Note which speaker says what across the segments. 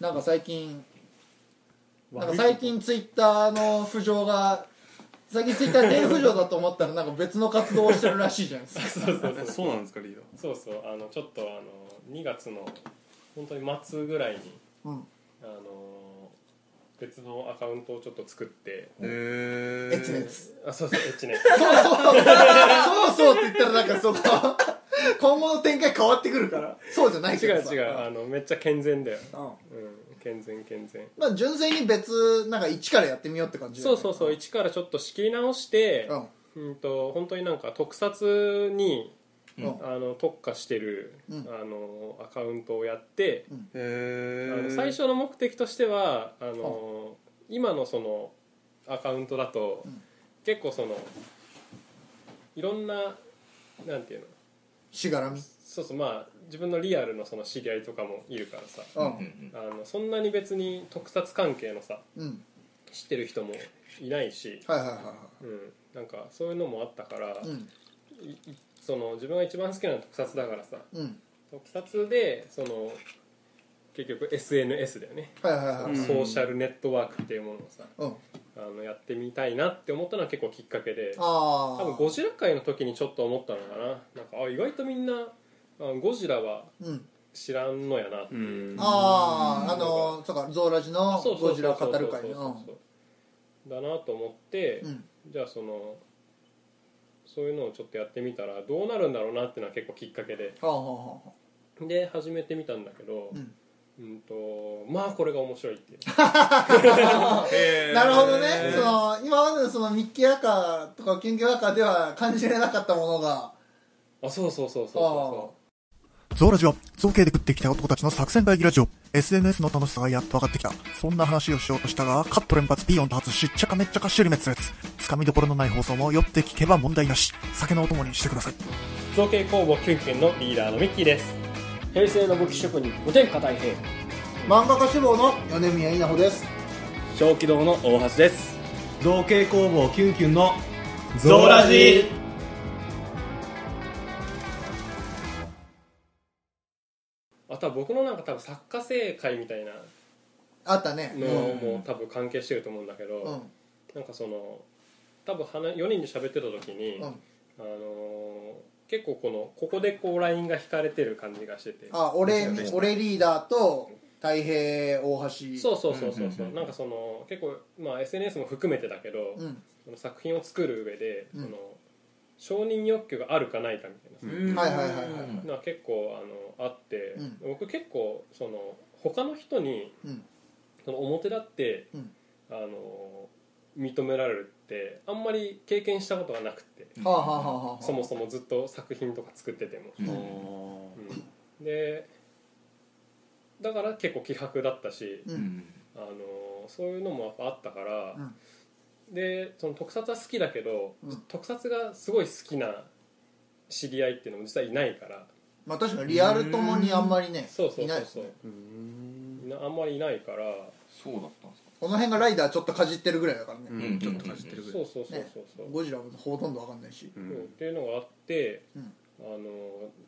Speaker 1: なんか最近なんか最近ツイッターの浮上が最近ツイッター全浮上だと思ったらなんか別の活動をしてるらしいじゃないですか
Speaker 2: そうそう
Speaker 3: え
Speaker 2: そう
Speaker 3: そうなんですかリーダー
Speaker 2: そうそうあのちょっとあの2月の本当に末ぐらいに
Speaker 1: うん
Speaker 2: あの別のアカウントをちょっと作って
Speaker 3: へえ
Speaker 1: エッチなやつ
Speaker 2: あそ うそうエッチね
Speaker 1: そうそうそうそうって言ったらなんかそこ今後の展開変わってくるからそうじゃない
Speaker 2: 違
Speaker 1: けど
Speaker 2: う
Speaker 1: さ
Speaker 2: 違うあのめっちゃ健全だよ、
Speaker 1: うんうん
Speaker 2: うん、健全健全
Speaker 1: まあ純粋に別なんか一からやってみようって感じだ
Speaker 2: そ
Speaker 1: よ
Speaker 2: う
Speaker 1: ね
Speaker 2: そうそう一からちょっと仕切り直して
Speaker 1: うん
Speaker 2: うんと本当になんか特撮に
Speaker 1: うん
Speaker 3: うん
Speaker 2: あの特化してる、
Speaker 1: うん
Speaker 2: あのアカウントをやって、あ
Speaker 3: へ
Speaker 2: の
Speaker 3: え
Speaker 2: 最初の目的としてはあの今のそのアカウントだと、
Speaker 1: ん
Speaker 2: 結構そのいろんななんていうの
Speaker 1: しがらみ
Speaker 2: そうそうまあ自分のリアルのその知り合いとかもいるからさ、
Speaker 1: う
Speaker 3: うんん
Speaker 2: あのそんなに別に特撮関係のさ
Speaker 1: うん
Speaker 2: 知ってる人もいないし、
Speaker 1: はいはいはいは
Speaker 2: うん、なんかそういうのもあったから、
Speaker 1: いうん
Speaker 2: いいその自分が一番好きなのは特撮だからさ
Speaker 1: うん
Speaker 2: 特撮でその結局 SNS だよね、
Speaker 1: はいはいはいはい
Speaker 3: うん
Speaker 2: ソーシャルネットワークっていうものをさ
Speaker 1: うん
Speaker 2: あのやってみたいなって思ったのは結構きっかけで
Speaker 1: ああ
Speaker 2: 多分ゴジラ界の時にちょっと思ったのかななんかあ意外とみんなあゴジラは
Speaker 1: うん
Speaker 2: 知らんのやなって
Speaker 3: う
Speaker 2: いうん
Speaker 1: あああのそうかゾーラジの
Speaker 2: そうそう
Speaker 1: ゴジラ
Speaker 2: そ
Speaker 1: 語
Speaker 2: うそう
Speaker 1: る会
Speaker 2: そう
Speaker 1: の
Speaker 2: そうそうだなと思って、
Speaker 1: うん
Speaker 2: じゃあそのそういうのをちょっとやってみたらどうなるんだろうなっていうのは結構きっかけで
Speaker 1: はあはあはあ
Speaker 2: で始めてみたんだけど、
Speaker 1: うん
Speaker 2: うんとまあこれが面白いっていう
Speaker 3: へー
Speaker 1: なるほどねその今までのそのミッキーアカとかキュンキュンアカでは感じれなかったものが
Speaker 2: あそうそうそうそ
Speaker 1: あ
Speaker 2: うそ
Speaker 4: ゾウラジオ、造形で食ってきた男たちの作戦会議ラジオ、SNS の楽しさがやっと分かってきた。そんな話をしようとしたが、カット連発、ピー音多発、しっちゃかめっちゃかしゅり滅裂。つかみどころのない放送も酔って聞けば問題なし。酒のお供にしてください。
Speaker 2: う造形工房キュンキュンのリーダーのミッキーです
Speaker 5: 平成の武器職人五天下太平
Speaker 1: 漫画家志望の米宮稲穂です
Speaker 5: 小気道の大橋です
Speaker 6: 造形工房キュンキュンのゾーラジー
Speaker 2: あとは僕のなんか多分作家生会みたいな
Speaker 1: あったね
Speaker 2: のも多分関係してると思うんだけど、
Speaker 1: うんうん
Speaker 2: なんかその多分話4人で喋ってた時に、
Speaker 1: うん
Speaker 2: あのー結構このここでこうラインが引かれてる感じがしてて
Speaker 1: あ俺
Speaker 3: でした
Speaker 1: 俺リーダーと太平大橋
Speaker 2: そうそうそうそうそう,、
Speaker 3: うんうんうん
Speaker 2: なんかその結構、まあ、SNS も含めてだけど、
Speaker 1: うん
Speaker 2: その作品を作る上で、
Speaker 1: うん
Speaker 2: その承認欲求があるかないかみたいな、
Speaker 3: うん
Speaker 1: はいはいはいはい
Speaker 2: のは結構あのあって、
Speaker 1: うん
Speaker 2: 僕結構その他の人に
Speaker 1: うん
Speaker 2: その表立って、
Speaker 1: うん
Speaker 2: あの認められるってあんまり経験したことがなくて、
Speaker 1: はあはあはあはあ
Speaker 2: そもそもずっと作品とか作ってても、
Speaker 3: うん
Speaker 2: うんでだから結構希薄だったし、
Speaker 1: う
Speaker 3: うんん
Speaker 2: あのそういうのもやっぱあったから、
Speaker 1: うん
Speaker 2: でその特撮は好きだけど、
Speaker 1: うん
Speaker 2: 特撮がすごい好きな知り合いっていうのも実はいないから
Speaker 1: まあ確かにリアルともにあんまりね
Speaker 2: そうそう
Speaker 1: いな
Speaker 2: そ
Speaker 1: いうです
Speaker 2: そう
Speaker 1: ね
Speaker 2: いなあんまりいないから
Speaker 3: そうだったんですか
Speaker 1: この辺がライダーちょっとかじってるぐらいだからね
Speaker 6: うん
Speaker 3: うん
Speaker 6: ちょっとかじってるぐら
Speaker 2: そ
Speaker 6: いう
Speaker 2: そうそうそうそう、
Speaker 1: ゴジラもほとんどわかんないし
Speaker 6: う
Speaker 2: うんんっていうのがあって、
Speaker 1: うん
Speaker 2: あの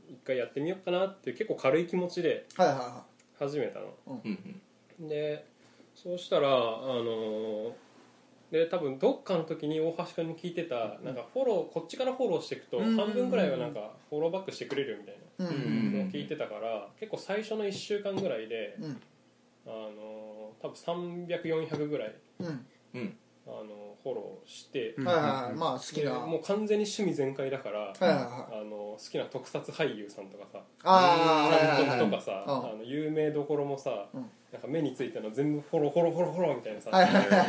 Speaker 2: 一回やってみようかなっていう結構軽い気持ちで
Speaker 1: はいはいは
Speaker 2: 始めたの
Speaker 3: うん
Speaker 2: でそうしたらあので多分どっかの時に大橋君に聞いてたなんかフォローこっちからフォローしていくと
Speaker 1: うん
Speaker 2: 半分ぐらいはなんかフォローバックしてくれるみたい
Speaker 1: いうんう
Speaker 3: うん
Speaker 1: ん
Speaker 2: なのを聞いてたから結構最初の1週間ぐらいで
Speaker 1: うん
Speaker 2: あの多分300400ぐらい
Speaker 1: うん
Speaker 3: うん
Speaker 2: あのフォローして
Speaker 6: うん
Speaker 1: はいはいはいまあ好き
Speaker 2: で
Speaker 1: な
Speaker 2: もう完全に趣味全開だから
Speaker 1: はいはい
Speaker 2: あ
Speaker 1: はい
Speaker 2: の好きな特撮俳優さんとかさ
Speaker 1: ああは
Speaker 2: 監
Speaker 1: いはいはい
Speaker 2: 督とかさ
Speaker 1: うん
Speaker 2: あの有名どころもさ
Speaker 1: うん
Speaker 2: なんか目についたの全部フォローフォローフォローフォローみたいなさ
Speaker 1: はいはいはいはい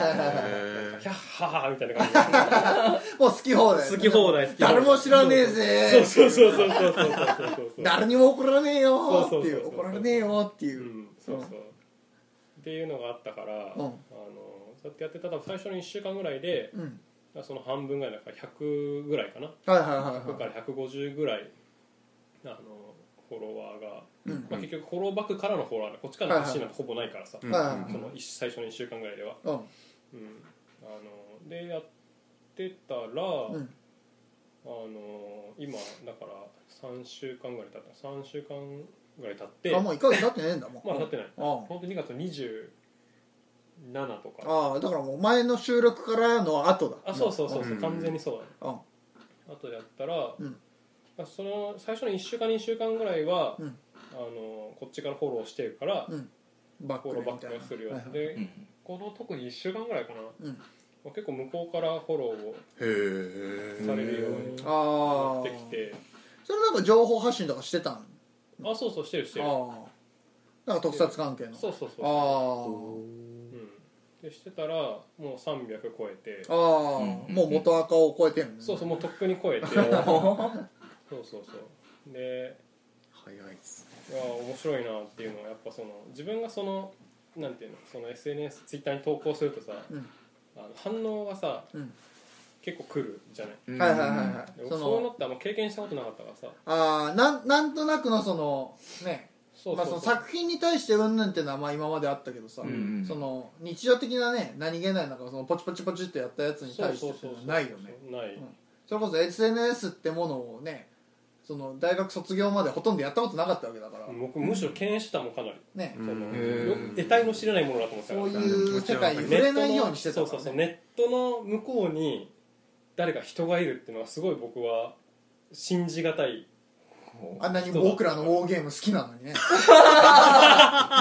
Speaker 3: へ
Speaker 2: ヒャッハーみたいな感
Speaker 1: もう好き放題
Speaker 2: じ好き放題好き放題
Speaker 1: 誰も知 らねえぜ
Speaker 2: そうそうそうそうそうそうそうそうそう
Speaker 1: 誰にも怒らねえよーっていう
Speaker 2: そうそうそうそう
Speaker 1: 怒られねえよーっていううん
Speaker 2: そうそうっていうのがあったから、
Speaker 1: うん
Speaker 2: あのそうやってやってたら最初の1週間ぐらいで
Speaker 1: うん
Speaker 2: その半分ぐらいだから100ぐらいかな
Speaker 1: はいはいはい
Speaker 2: 100
Speaker 1: は
Speaker 2: か
Speaker 1: い
Speaker 2: ら150ぐらいあのフォロワーが、
Speaker 1: うん
Speaker 2: まあ、結局フォローバックからのフォロワーでこっちからの発信なんてほぼないからさ、
Speaker 1: はいはい
Speaker 2: その一最初の1週間ぐらいでは、
Speaker 1: うん
Speaker 2: うん、あのでやってたら、
Speaker 1: うん
Speaker 2: あの今だから3週間ぐらい経った3週間ぐらい経って
Speaker 1: あもう1ヶ月経ってねえんだもん
Speaker 2: まあ経ってない
Speaker 1: あ
Speaker 2: 本当2月27とか
Speaker 1: ああだからもう前の収録からの後だ
Speaker 2: あそうそうそうそう、
Speaker 3: うん
Speaker 2: 完全にそうだね
Speaker 1: うん
Speaker 2: あとやったら、
Speaker 1: うん
Speaker 2: まあその最初の1週間2週間ぐらいは、
Speaker 1: うん
Speaker 2: あのこっちからフォローしてるから、
Speaker 1: うんバッ
Speaker 2: フォ
Speaker 1: ク
Speaker 2: ロー
Speaker 1: で
Speaker 2: バ
Speaker 1: み
Speaker 2: ッ
Speaker 1: たい
Speaker 2: ク
Speaker 1: な
Speaker 2: するよ
Speaker 1: はいはい
Speaker 2: で、
Speaker 3: うん
Speaker 2: この特に1週間ぐらいかな、
Speaker 1: うん
Speaker 2: まあ結構向こうからフォローを
Speaker 3: へえ
Speaker 2: されるように
Speaker 1: あ
Speaker 2: な
Speaker 1: あ
Speaker 2: ってきて、
Speaker 1: それなんか情報発信とかしてたんあ
Speaker 2: あそうそうしてるしてる
Speaker 1: あなんか特撮関係の
Speaker 2: そうそうそううん、でしてたらもう300超えて
Speaker 1: ああああ、
Speaker 3: うん
Speaker 1: もう元赤を超えてるのね
Speaker 2: そうそうもうとっくに 超えてそうそうそうで
Speaker 3: 早いっす
Speaker 2: いや面白いなっていうのはやっぱその自分がそのなんていうのその SNS ツイッターに投稿するとさ、
Speaker 1: うん
Speaker 2: あの反応がさ、
Speaker 1: うん
Speaker 2: 結構来るじゃない
Speaker 3: ね
Speaker 1: はいはいはいは
Speaker 2: で
Speaker 1: い
Speaker 2: 僕
Speaker 1: そ
Speaker 2: そういうの
Speaker 1: の
Speaker 2: ってあんま経験したことなかったからさ
Speaker 1: ああなんなんとなくのそのね
Speaker 2: そう
Speaker 1: ま
Speaker 2: そ
Speaker 1: あ
Speaker 2: う
Speaker 1: そ
Speaker 2: そ
Speaker 1: の
Speaker 2: う、
Speaker 1: 作品に対してうんぬんっていうのはまあ今まであったけどさ、
Speaker 3: うんうん
Speaker 1: その日常的なね何気ない中そのポチポチポチってやったやつに対してっていうのはないよね
Speaker 2: ない、
Speaker 1: うんそれこそ SNS ってものをねその大学卒業までほとんどやったことなかったわけだから、
Speaker 2: 僕むしろ敬遠してたもんかなり、
Speaker 1: ね、
Speaker 2: その
Speaker 3: へ
Speaker 2: よ
Speaker 3: ー
Speaker 2: 得体の知れないものだと思ってた
Speaker 1: そう
Speaker 2: から
Speaker 1: いう世界に触れないようにしてたから、ね、
Speaker 2: そうそうそうネットの向こうに誰か人がいるっていうのはすごい僕は信じがたい
Speaker 1: あんなに僕らのウォーゲーム好きなのにね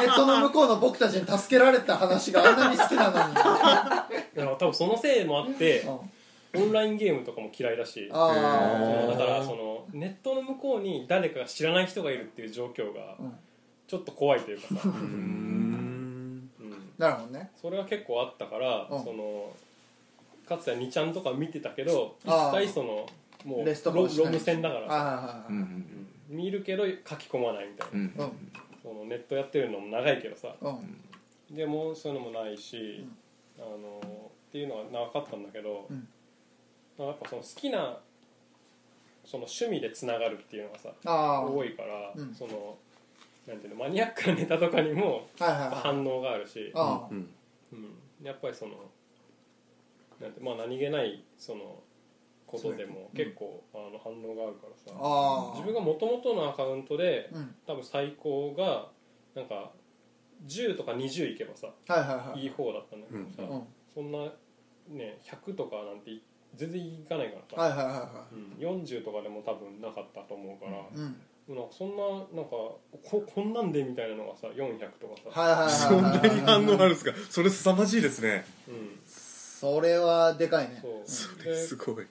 Speaker 1: ネットの向こうの僕たちに助けられた話があんなに好きなのに、
Speaker 2: だから多分そのせいもあって
Speaker 1: うん
Speaker 2: オンラインゲームとかも嫌いだし
Speaker 1: あ
Speaker 2: その
Speaker 1: ー
Speaker 2: だからそのネットの向こうに誰かが知らない人がいるっていう状況が
Speaker 1: うん
Speaker 2: ちょっと怖い というかさ、
Speaker 3: う
Speaker 2: うん
Speaker 3: ん
Speaker 1: なるほどね
Speaker 2: それは結構あったから、
Speaker 1: うん
Speaker 2: そのかつては2ちゃんとか見てたけど
Speaker 1: あ
Speaker 2: 一
Speaker 1: ー
Speaker 2: 切そのもう
Speaker 1: レスト
Speaker 2: ロ
Speaker 1: も
Speaker 2: ロム線だか
Speaker 1: あ
Speaker 2: ら
Speaker 1: あ
Speaker 3: う
Speaker 1: ーはいはいはい
Speaker 3: ん
Speaker 2: 見るけど書き込まないみたいな、
Speaker 3: うん
Speaker 1: うん
Speaker 2: そのネットやってるのも長いけどさ
Speaker 1: うん
Speaker 2: でもうそういうのもないし、あのっていうのは長かったんだけど、
Speaker 1: うん
Speaker 2: まあやっぱその好きなその趣味でつながるっていうのがさ
Speaker 1: ああー
Speaker 2: 多
Speaker 1: はい
Speaker 2: いから、
Speaker 1: うん
Speaker 2: そのなんていうのマニアックなネタとかにも
Speaker 1: はいはい
Speaker 2: 反応があるし、
Speaker 1: あ
Speaker 6: うん
Speaker 2: うん、やっぱりそのなんてまあ何気ないそのことでも結構、あの反応があるからさ
Speaker 1: あ
Speaker 2: 自分がもともとのアカウントで
Speaker 1: うん
Speaker 2: 多分最高がなんか10とか20いけばさ
Speaker 1: はいはいはい
Speaker 2: いい方だったんだけどさ、
Speaker 1: うん
Speaker 2: そんなね100とかなんてい全然いかないからさ、
Speaker 1: はいはいはいは
Speaker 2: うん、40とかでも多分なかったと思うから、
Speaker 1: いうん
Speaker 2: なんかそんななんかここんなんでみたいなのがさ400とかさ、
Speaker 1: はいはいはいはい
Speaker 3: そんなに反応あるん
Speaker 1: る
Speaker 3: ですかそれ凄まじいですね
Speaker 2: うん、
Speaker 1: それはでかいね
Speaker 2: そうです
Speaker 3: ごい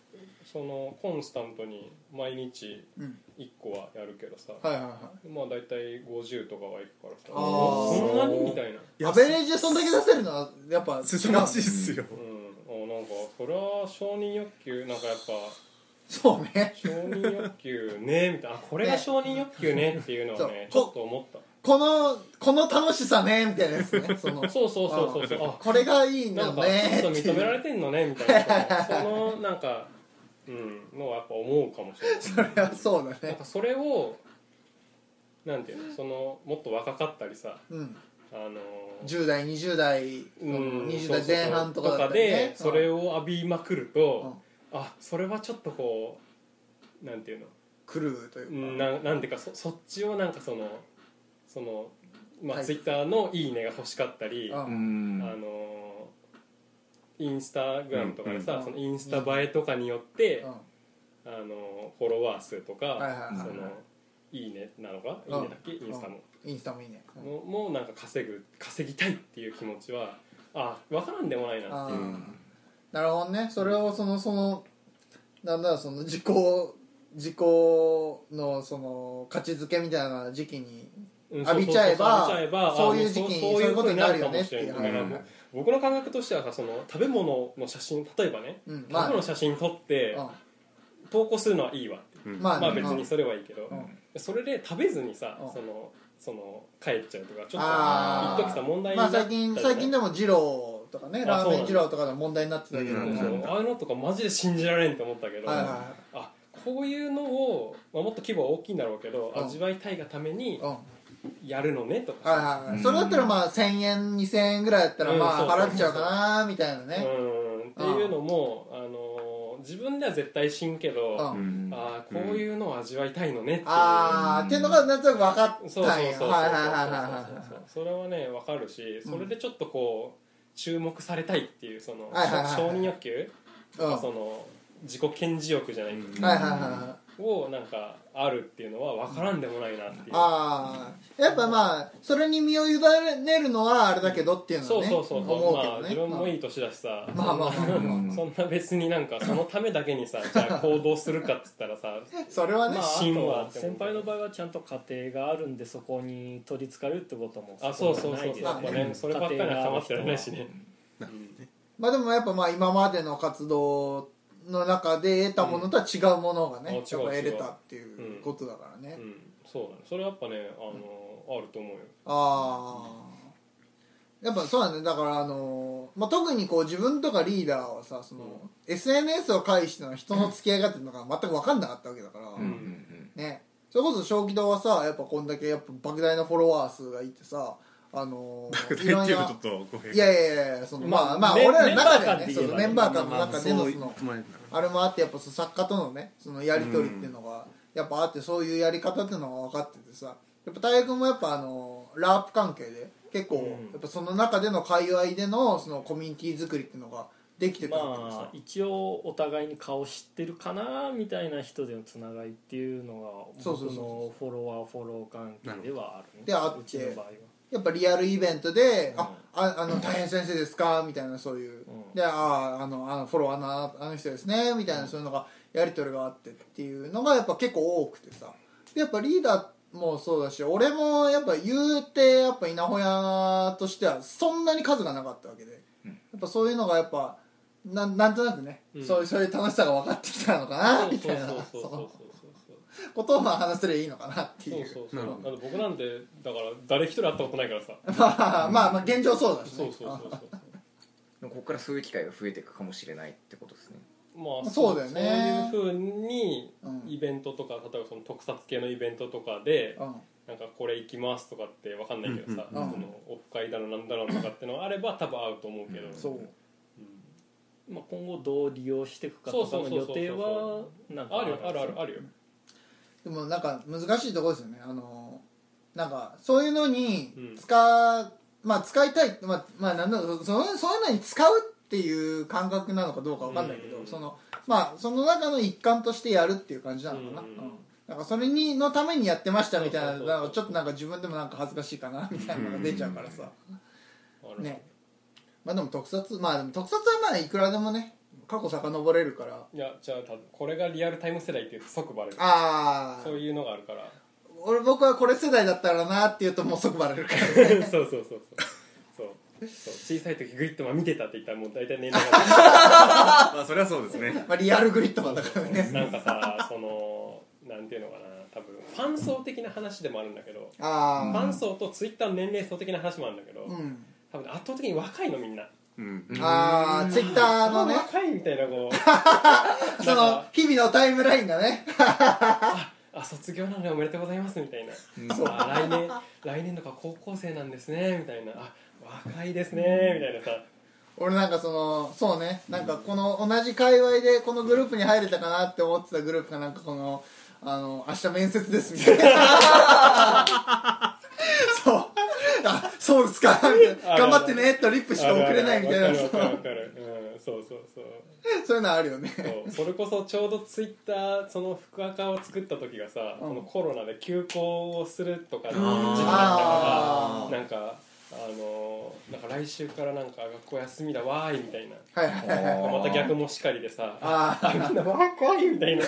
Speaker 2: そのコンスタントに毎日
Speaker 1: うん
Speaker 2: 1個はやるけどさ、
Speaker 1: はいはいはい
Speaker 2: まあ大体50とかはいくからさ
Speaker 1: あ
Speaker 2: そ
Speaker 1: ー
Speaker 2: んなにみたいな、
Speaker 1: アベレージでそんだけ出せるのはやっぱ違う
Speaker 3: 凄まじいっすよ
Speaker 2: うん、あなんかそれは承認欲求なんかやっぱ
Speaker 1: そうね
Speaker 2: 承認欲求ねみたいなあこれが承認欲求ねっていうのはね
Speaker 1: ね
Speaker 2: ちょっと思っ
Speaker 1: このこの楽しさねみたいなやつねその
Speaker 2: たそうそうそうそうそうあ
Speaker 1: これがいいんだ
Speaker 2: なんか
Speaker 1: ね
Speaker 2: ちょっと
Speaker 1: ってい
Speaker 2: 認めら
Speaker 1: う
Speaker 2: れてんのねみたいなそのなんかうんのはやっぱ思うかもしれない
Speaker 1: それは そうだ
Speaker 2: なん
Speaker 1: ね
Speaker 2: かそれをなんていうのそのもっと若かったりさ
Speaker 1: うん
Speaker 2: あの
Speaker 1: 10代20代
Speaker 2: うん
Speaker 1: 20代前半とかだったりね
Speaker 2: そうそうそうとかでそれ
Speaker 1: を
Speaker 2: を浴びまくると、あそれはちょっとこうなんていうの
Speaker 1: 狂うといううんか
Speaker 2: ななんていうかそそっちをなんかそのそのま
Speaker 1: は
Speaker 2: あ
Speaker 1: い
Speaker 2: ツイッターの「いいね」が欲しかったり、
Speaker 1: う
Speaker 3: うんん
Speaker 2: あのインスタグラムとかでさ、
Speaker 1: うん
Speaker 2: そのインスタ映えとかによって、
Speaker 1: うん
Speaker 2: あのフォロワー数とか、
Speaker 1: はいはいはい
Speaker 2: そのいいねなのか、
Speaker 1: うん
Speaker 2: いいねだっけインスタも、
Speaker 1: インスタもいいねうん
Speaker 2: ももうなんか稼ぐ稼ぎたいっていう気持ちはあ分からんでもないな
Speaker 1: あ
Speaker 2: って
Speaker 1: ー
Speaker 2: いう
Speaker 1: なるほどねそれをそのそのなんだろうその自己自己のその価値づけみたいな時期に
Speaker 2: うん
Speaker 1: 浴びちゃえば
Speaker 2: そうそうそう浴びちゃえば
Speaker 1: そういう時期に
Speaker 2: あも
Speaker 1: そういうことになるよね
Speaker 2: そういうことになるかもしれんだ
Speaker 3: っていう
Speaker 2: から僕の感覚としてはさその食べ物の写真例えばね、
Speaker 1: うんまあ
Speaker 2: 食べ物の写真撮って、投稿するのはいいわ
Speaker 1: うん
Speaker 2: ま
Speaker 1: ま
Speaker 2: あ、
Speaker 1: あね
Speaker 2: 別にそれはいいけど、
Speaker 1: うん
Speaker 2: それで食べずにさ、
Speaker 1: うん
Speaker 2: そのその帰っちゃうとかちょ
Speaker 1: あ
Speaker 2: っ
Speaker 1: ー
Speaker 2: と一時さ問題に
Speaker 1: ま
Speaker 2: な
Speaker 1: あ
Speaker 2: っ
Speaker 1: 最
Speaker 2: た
Speaker 1: 近
Speaker 2: じゃない
Speaker 1: 最近でも二郎とかねラーメン二郎とかでも問題になってたけど、
Speaker 3: う
Speaker 2: そう
Speaker 3: なん
Speaker 2: そ
Speaker 3: だ
Speaker 2: うああいうのとかマジで信じられんと思ったけど、
Speaker 1: はいはいは
Speaker 2: あこういうのを、まあ、もっと規模は大きいんだろうけど、
Speaker 1: うん
Speaker 2: 味わいたいがために
Speaker 1: い、うん
Speaker 2: やるのねとかさ
Speaker 1: はいはいはい
Speaker 3: うん
Speaker 1: それだったらまあ1000円2000円ぐらいだったらま
Speaker 2: うん
Speaker 1: あ
Speaker 2: そうそう
Speaker 1: 払っちゃうかなみたいなね
Speaker 2: うんっていうのもあの自分では絶対死んけど、
Speaker 1: うん
Speaker 3: うん
Speaker 2: ああこういうのを味わいたいのねっていう
Speaker 1: あーっていうのがなんとなく分かったんや
Speaker 2: そうそうそうそうそう
Speaker 1: はいはいはいはいはい
Speaker 2: そうそれはねわかるしそれでちょっとこう注目されたいっていうその
Speaker 1: はいはいはいはい
Speaker 2: 承認欲求
Speaker 1: うんはい
Speaker 2: その自己顕示欲じゃないけど
Speaker 1: はいはいはい
Speaker 2: をなんかあるっていうのはわからんでもないなっていう
Speaker 1: ああやっぱまあそれに身を委ねるのはあれだけどっていうの
Speaker 2: そ
Speaker 1: は
Speaker 2: う
Speaker 1: ね
Speaker 2: そうそうそう、
Speaker 1: 思うけ
Speaker 2: まあ
Speaker 1: どね
Speaker 2: 自分もいい年だしさ、
Speaker 1: まあまあまあま あ
Speaker 3: うん
Speaker 2: そんな別になんかそのためだけ にさじゃあ行動するかっつったらさ
Speaker 1: それはね、
Speaker 2: ま
Speaker 5: まあ、あ
Speaker 2: 神
Speaker 5: と
Speaker 2: 話
Speaker 5: は先輩の場合はちゃんと家庭があるんでそこに取りつかるってことも
Speaker 2: あそうそうそうそうや
Speaker 5: そ
Speaker 2: っ
Speaker 5: こ
Speaker 2: ぱ
Speaker 5: はない
Speaker 2: ね
Speaker 5: です
Speaker 2: そ
Speaker 5: よ
Speaker 2: ればっかりは構ってられないし
Speaker 5: 家庭がある人は
Speaker 2: ね
Speaker 1: まあでもやっぱまあ今までの活動の中で得たものとは違うものがね、
Speaker 2: うんあ
Speaker 1: や
Speaker 2: 違う
Speaker 1: っぱ得れたっていうことだからね、
Speaker 2: うんそうだねそれやっぱねあのあると思うよ
Speaker 1: ああやっぱそうなんだねだからあの、まあ、特にこう自分とかリーダーはさその、SNS を介しての人の付き合い方っていうのが全く分かんなかったわけだから、
Speaker 3: うんうん
Speaker 1: ねそれこそ正気堂はさやっぱこんだけやっぱ莫大なフォロワー数がいてさあの
Speaker 3: うん具体っていうとちょっとごめん
Speaker 1: いやいやいやそのま
Speaker 5: ま
Speaker 1: あ
Speaker 5: あ
Speaker 1: まあ
Speaker 5: メ
Speaker 1: 俺
Speaker 5: ン
Speaker 1: らの中ではね
Speaker 5: メンバー間で
Speaker 1: そ
Speaker 5: 言えばね
Speaker 1: のメンバー
Speaker 5: ま
Speaker 1: 間の中でのその
Speaker 3: まあ
Speaker 1: あれもあってやっぱその作家とのねそのやり取りっていうのがやっぱあってそういうやり方っていうのが分かっててさやっぱ大学もやっぱあのラープ関係で結構やっぱその中での界隈でのそのコミュニティ作りっていうのができてたわけで
Speaker 5: まあ
Speaker 1: さ
Speaker 5: 一応お互いに顔知ってるかなみたいな人でのつながりっていうのが
Speaker 1: そう
Speaker 5: 僕
Speaker 1: そうそうそう
Speaker 5: のフォロワーフォロー関係ではあるね
Speaker 1: であって
Speaker 5: うちの場合は
Speaker 1: やっぱリアルイベントで「あああの大変先生ですか?」みたいなそういう
Speaker 5: う
Speaker 1: 「でああのあのフォロワーのああの人ですね」みたいなそういうのがやり取りがあってっていうのがやっぱ結構多くてさでやっぱリーダーもそうだし俺もやっぱ言うてやっぱ稲穂屋としてはそんなに数がなかったわけでやっぱそういうのがやっぱなんなんとなくね、
Speaker 2: うん
Speaker 1: そういうそういう楽しさが分かってきたのかなみたいな
Speaker 2: そうそうそうそう
Speaker 1: そ
Speaker 2: そうそう
Speaker 1: のことをまあ話せればいいのかなって
Speaker 2: そ
Speaker 1: いうう
Speaker 2: そう
Speaker 3: なる
Speaker 2: そう
Speaker 3: ほ
Speaker 2: だって僕なんてだから誰一人会ったことないからさ
Speaker 1: まあまあまあ現状そうだしね
Speaker 2: そうそうそうそう
Speaker 7: でもここからそういう機会が増えていくかもしれないってことですね
Speaker 2: まあ
Speaker 1: そうだよね
Speaker 2: そういうふうに
Speaker 1: うん
Speaker 2: イベントとか例えばその特撮系のイベントとかで
Speaker 1: うん
Speaker 2: なんかこれ行きますとかってわかんないけどさ、
Speaker 1: うんうんうん
Speaker 2: そのオフ会だろなんだろうとかってのがあれば多分合うと思うけど、
Speaker 1: そう
Speaker 5: まあ今後どう利用していくかとか
Speaker 2: そうそう
Speaker 5: の
Speaker 2: そう
Speaker 5: 予
Speaker 2: そう
Speaker 5: 定はなんか
Speaker 2: あるよあるあるあるよ、
Speaker 1: でもなんか難しいところですよねあのなんかそういうのに
Speaker 2: うん
Speaker 1: 使,、うまあ、使いたいまあ、まあ、なんだろうそのそういうのに使うっていう感覚なのかどうかわかんないけど、
Speaker 2: うん
Speaker 1: そのまあその中の一環としてやるっていう感じなのかな、
Speaker 2: うん
Speaker 1: うんなんかそれにのためにやってましたみたいな
Speaker 2: そうそうそう
Speaker 1: なんかちょっとなんか自分でもなんか恥ずかしいかなみたいなのが出ちゃうからさ、
Speaker 2: ある
Speaker 1: ねまあでも特撮まあでも特撮はまあいくらでもね過去遡れるから
Speaker 2: いやじゃあ多分これがリアルタイム世代っていうと即バレる
Speaker 1: ああ
Speaker 2: そういうのがあるから
Speaker 1: 俺僕はこれ世代だったらなって言うともう即バレる から
Speaker 2: そうそうそうそうそうそう小さい時グリッドマン見てたって言ったらもう大体年齢が
Speaker 3: まあそれはそうですね
Speaker 1: まあ、リアルグリッドマンだからね
Speaker 2: なんかさそのなんていうのかな多分ファン層的な話でもあるんだけどフ
Speaker 1: あ
Speaker 2: ァン層とツイッターの年齢層的な話もあるんだけど、
Speaker 1: あうん
Speaker 2: 多分圧倒的に若いのみんな
Speaker 3: うん
Speaker 1: ああツイッターのね
Speaker 2: あ若いみたいなこう
Speaker 1: そ
Speaker 2: なん
Speaker 1: の
Speaker 2: か
Speaker 1: 日々のタイムラインがね
Speaker 2: あ卒業なのでおめでとうございますみたいな、あ来年来年とか高校生なんですねみたいなあ若いですねみたいなさ
Speaker 1: 俺なんかそのそうねなんかこの同じ界隈でこのグループに入れたかなって思ってたグループがなんかこのあの明日面接ですみたいな そうあそうですかみたいな頑張ってねとリップしか送れないみたいな
Speaker 2: わ
Speaker 1: そ
Speaker 2: かるわ
Speaker 1: う
Speaker 2: かるわかる、うん、そうそうそう
Speaker 1: そういうのあるよね
Speaker 2: そうそれこそちょうどツイッターその福岡を作った時がさ、
Speaker 1: うん
Speaker 2: このコロナで休校をするとか時期
Speaker 1: あー
Speaker 2: だったからなんかあのなんか来週からなんか学校休みだわーいみたいな
Speaker 1: はいはいはいはい
Speaker 2: また逆もしかりでさ
Speaker 1: ああ
Speaker 2: みんな若いみたいな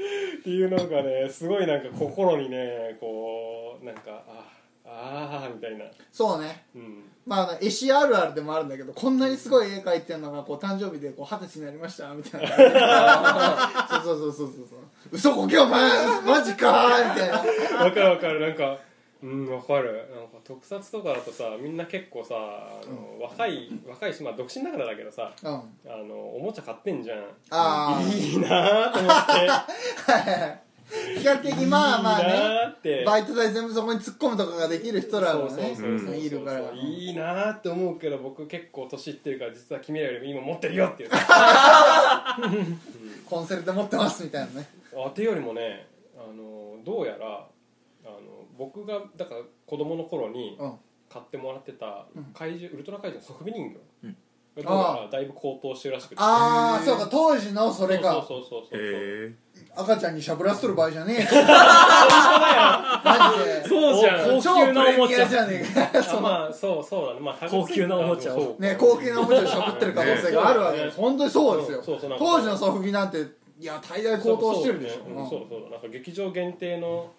Speaker 2: っていうなんかねすごいなんか心にねこうなんかあああーみたいな、
Speaker 1: そうね
Speaker 2: うん、
Speaker 1: まあ、あの絵師あるあるでもあるんだけどこんなにすごい絵描いてるのがこう誕生日でこう二十歳になりましたみたいなそうそうそうそうそうそう嘘こけ お前マジかーみたいな
Speaker 2: わかるわかるなんかうんわかるなんか特撮とかだとさみんな結構さあの、若い若いしまあ独身だからだけどさ
Speaker 1: うん
Speaker 2: あのおもちゃ買ってんじゃん
Speaker 1: あ
Speaker 2: いいなーと思って
Speaker 1: あ 比較的まあまあね
Speaker 2: いいなーって
Speaker 1: バイト代全部そこに突っ込むとかができる人らもね
Speaker 2: そうそうそうそう
Speaker 1: いるから
Speaker 2: そういいなーって思うけど僕結構年いってるから実は君らよりも今持ってるよっていう
Speaker 1: コンセルで持ってますみたいなね
Speaker 2: あてよりもねあのどうやらあの僕がだから子供の頃に
Speaker 1: うん
Speaker 2: 買ってもらってた
Speaker 1: うん
Speaker 2: 怪獣、ウルトラ怪獣のソフビ人形
Speaker 3: うん
Speaker 2: がどうやらだいぶ高騰してるらしくて
Speaker 1: ああそうか当時のそれか
Speaker 2: そうそうそうそうそう
Speaker 3: へ
Speaker 1: 赤ちゃんにしゃぶらせとる場合じゃねえ よマジで
Speaker 2: そうじゃん
Speaker 5: 高級なおもち
Speaker 1: 超プレミ
Speaker 5: ゃ
Speaker 1: アじゃねえか
Speaker 2: あまあそうそうだね、まあ、
Speaker 5: 高級なおもちゃを
Speaker 2: そう
Speaker 1: ね高級なおもちゃをしゃぶってる可能性があるわけ
Speaker 2: ね
Speaker 1: です本当にそうですよ
Speaker 2: そうそうなんか
Speaker 1: 当時のソフビなんていや大概高騰してるでしょ
Speaker 2: そうそう,、そうそうなんか劇場限定の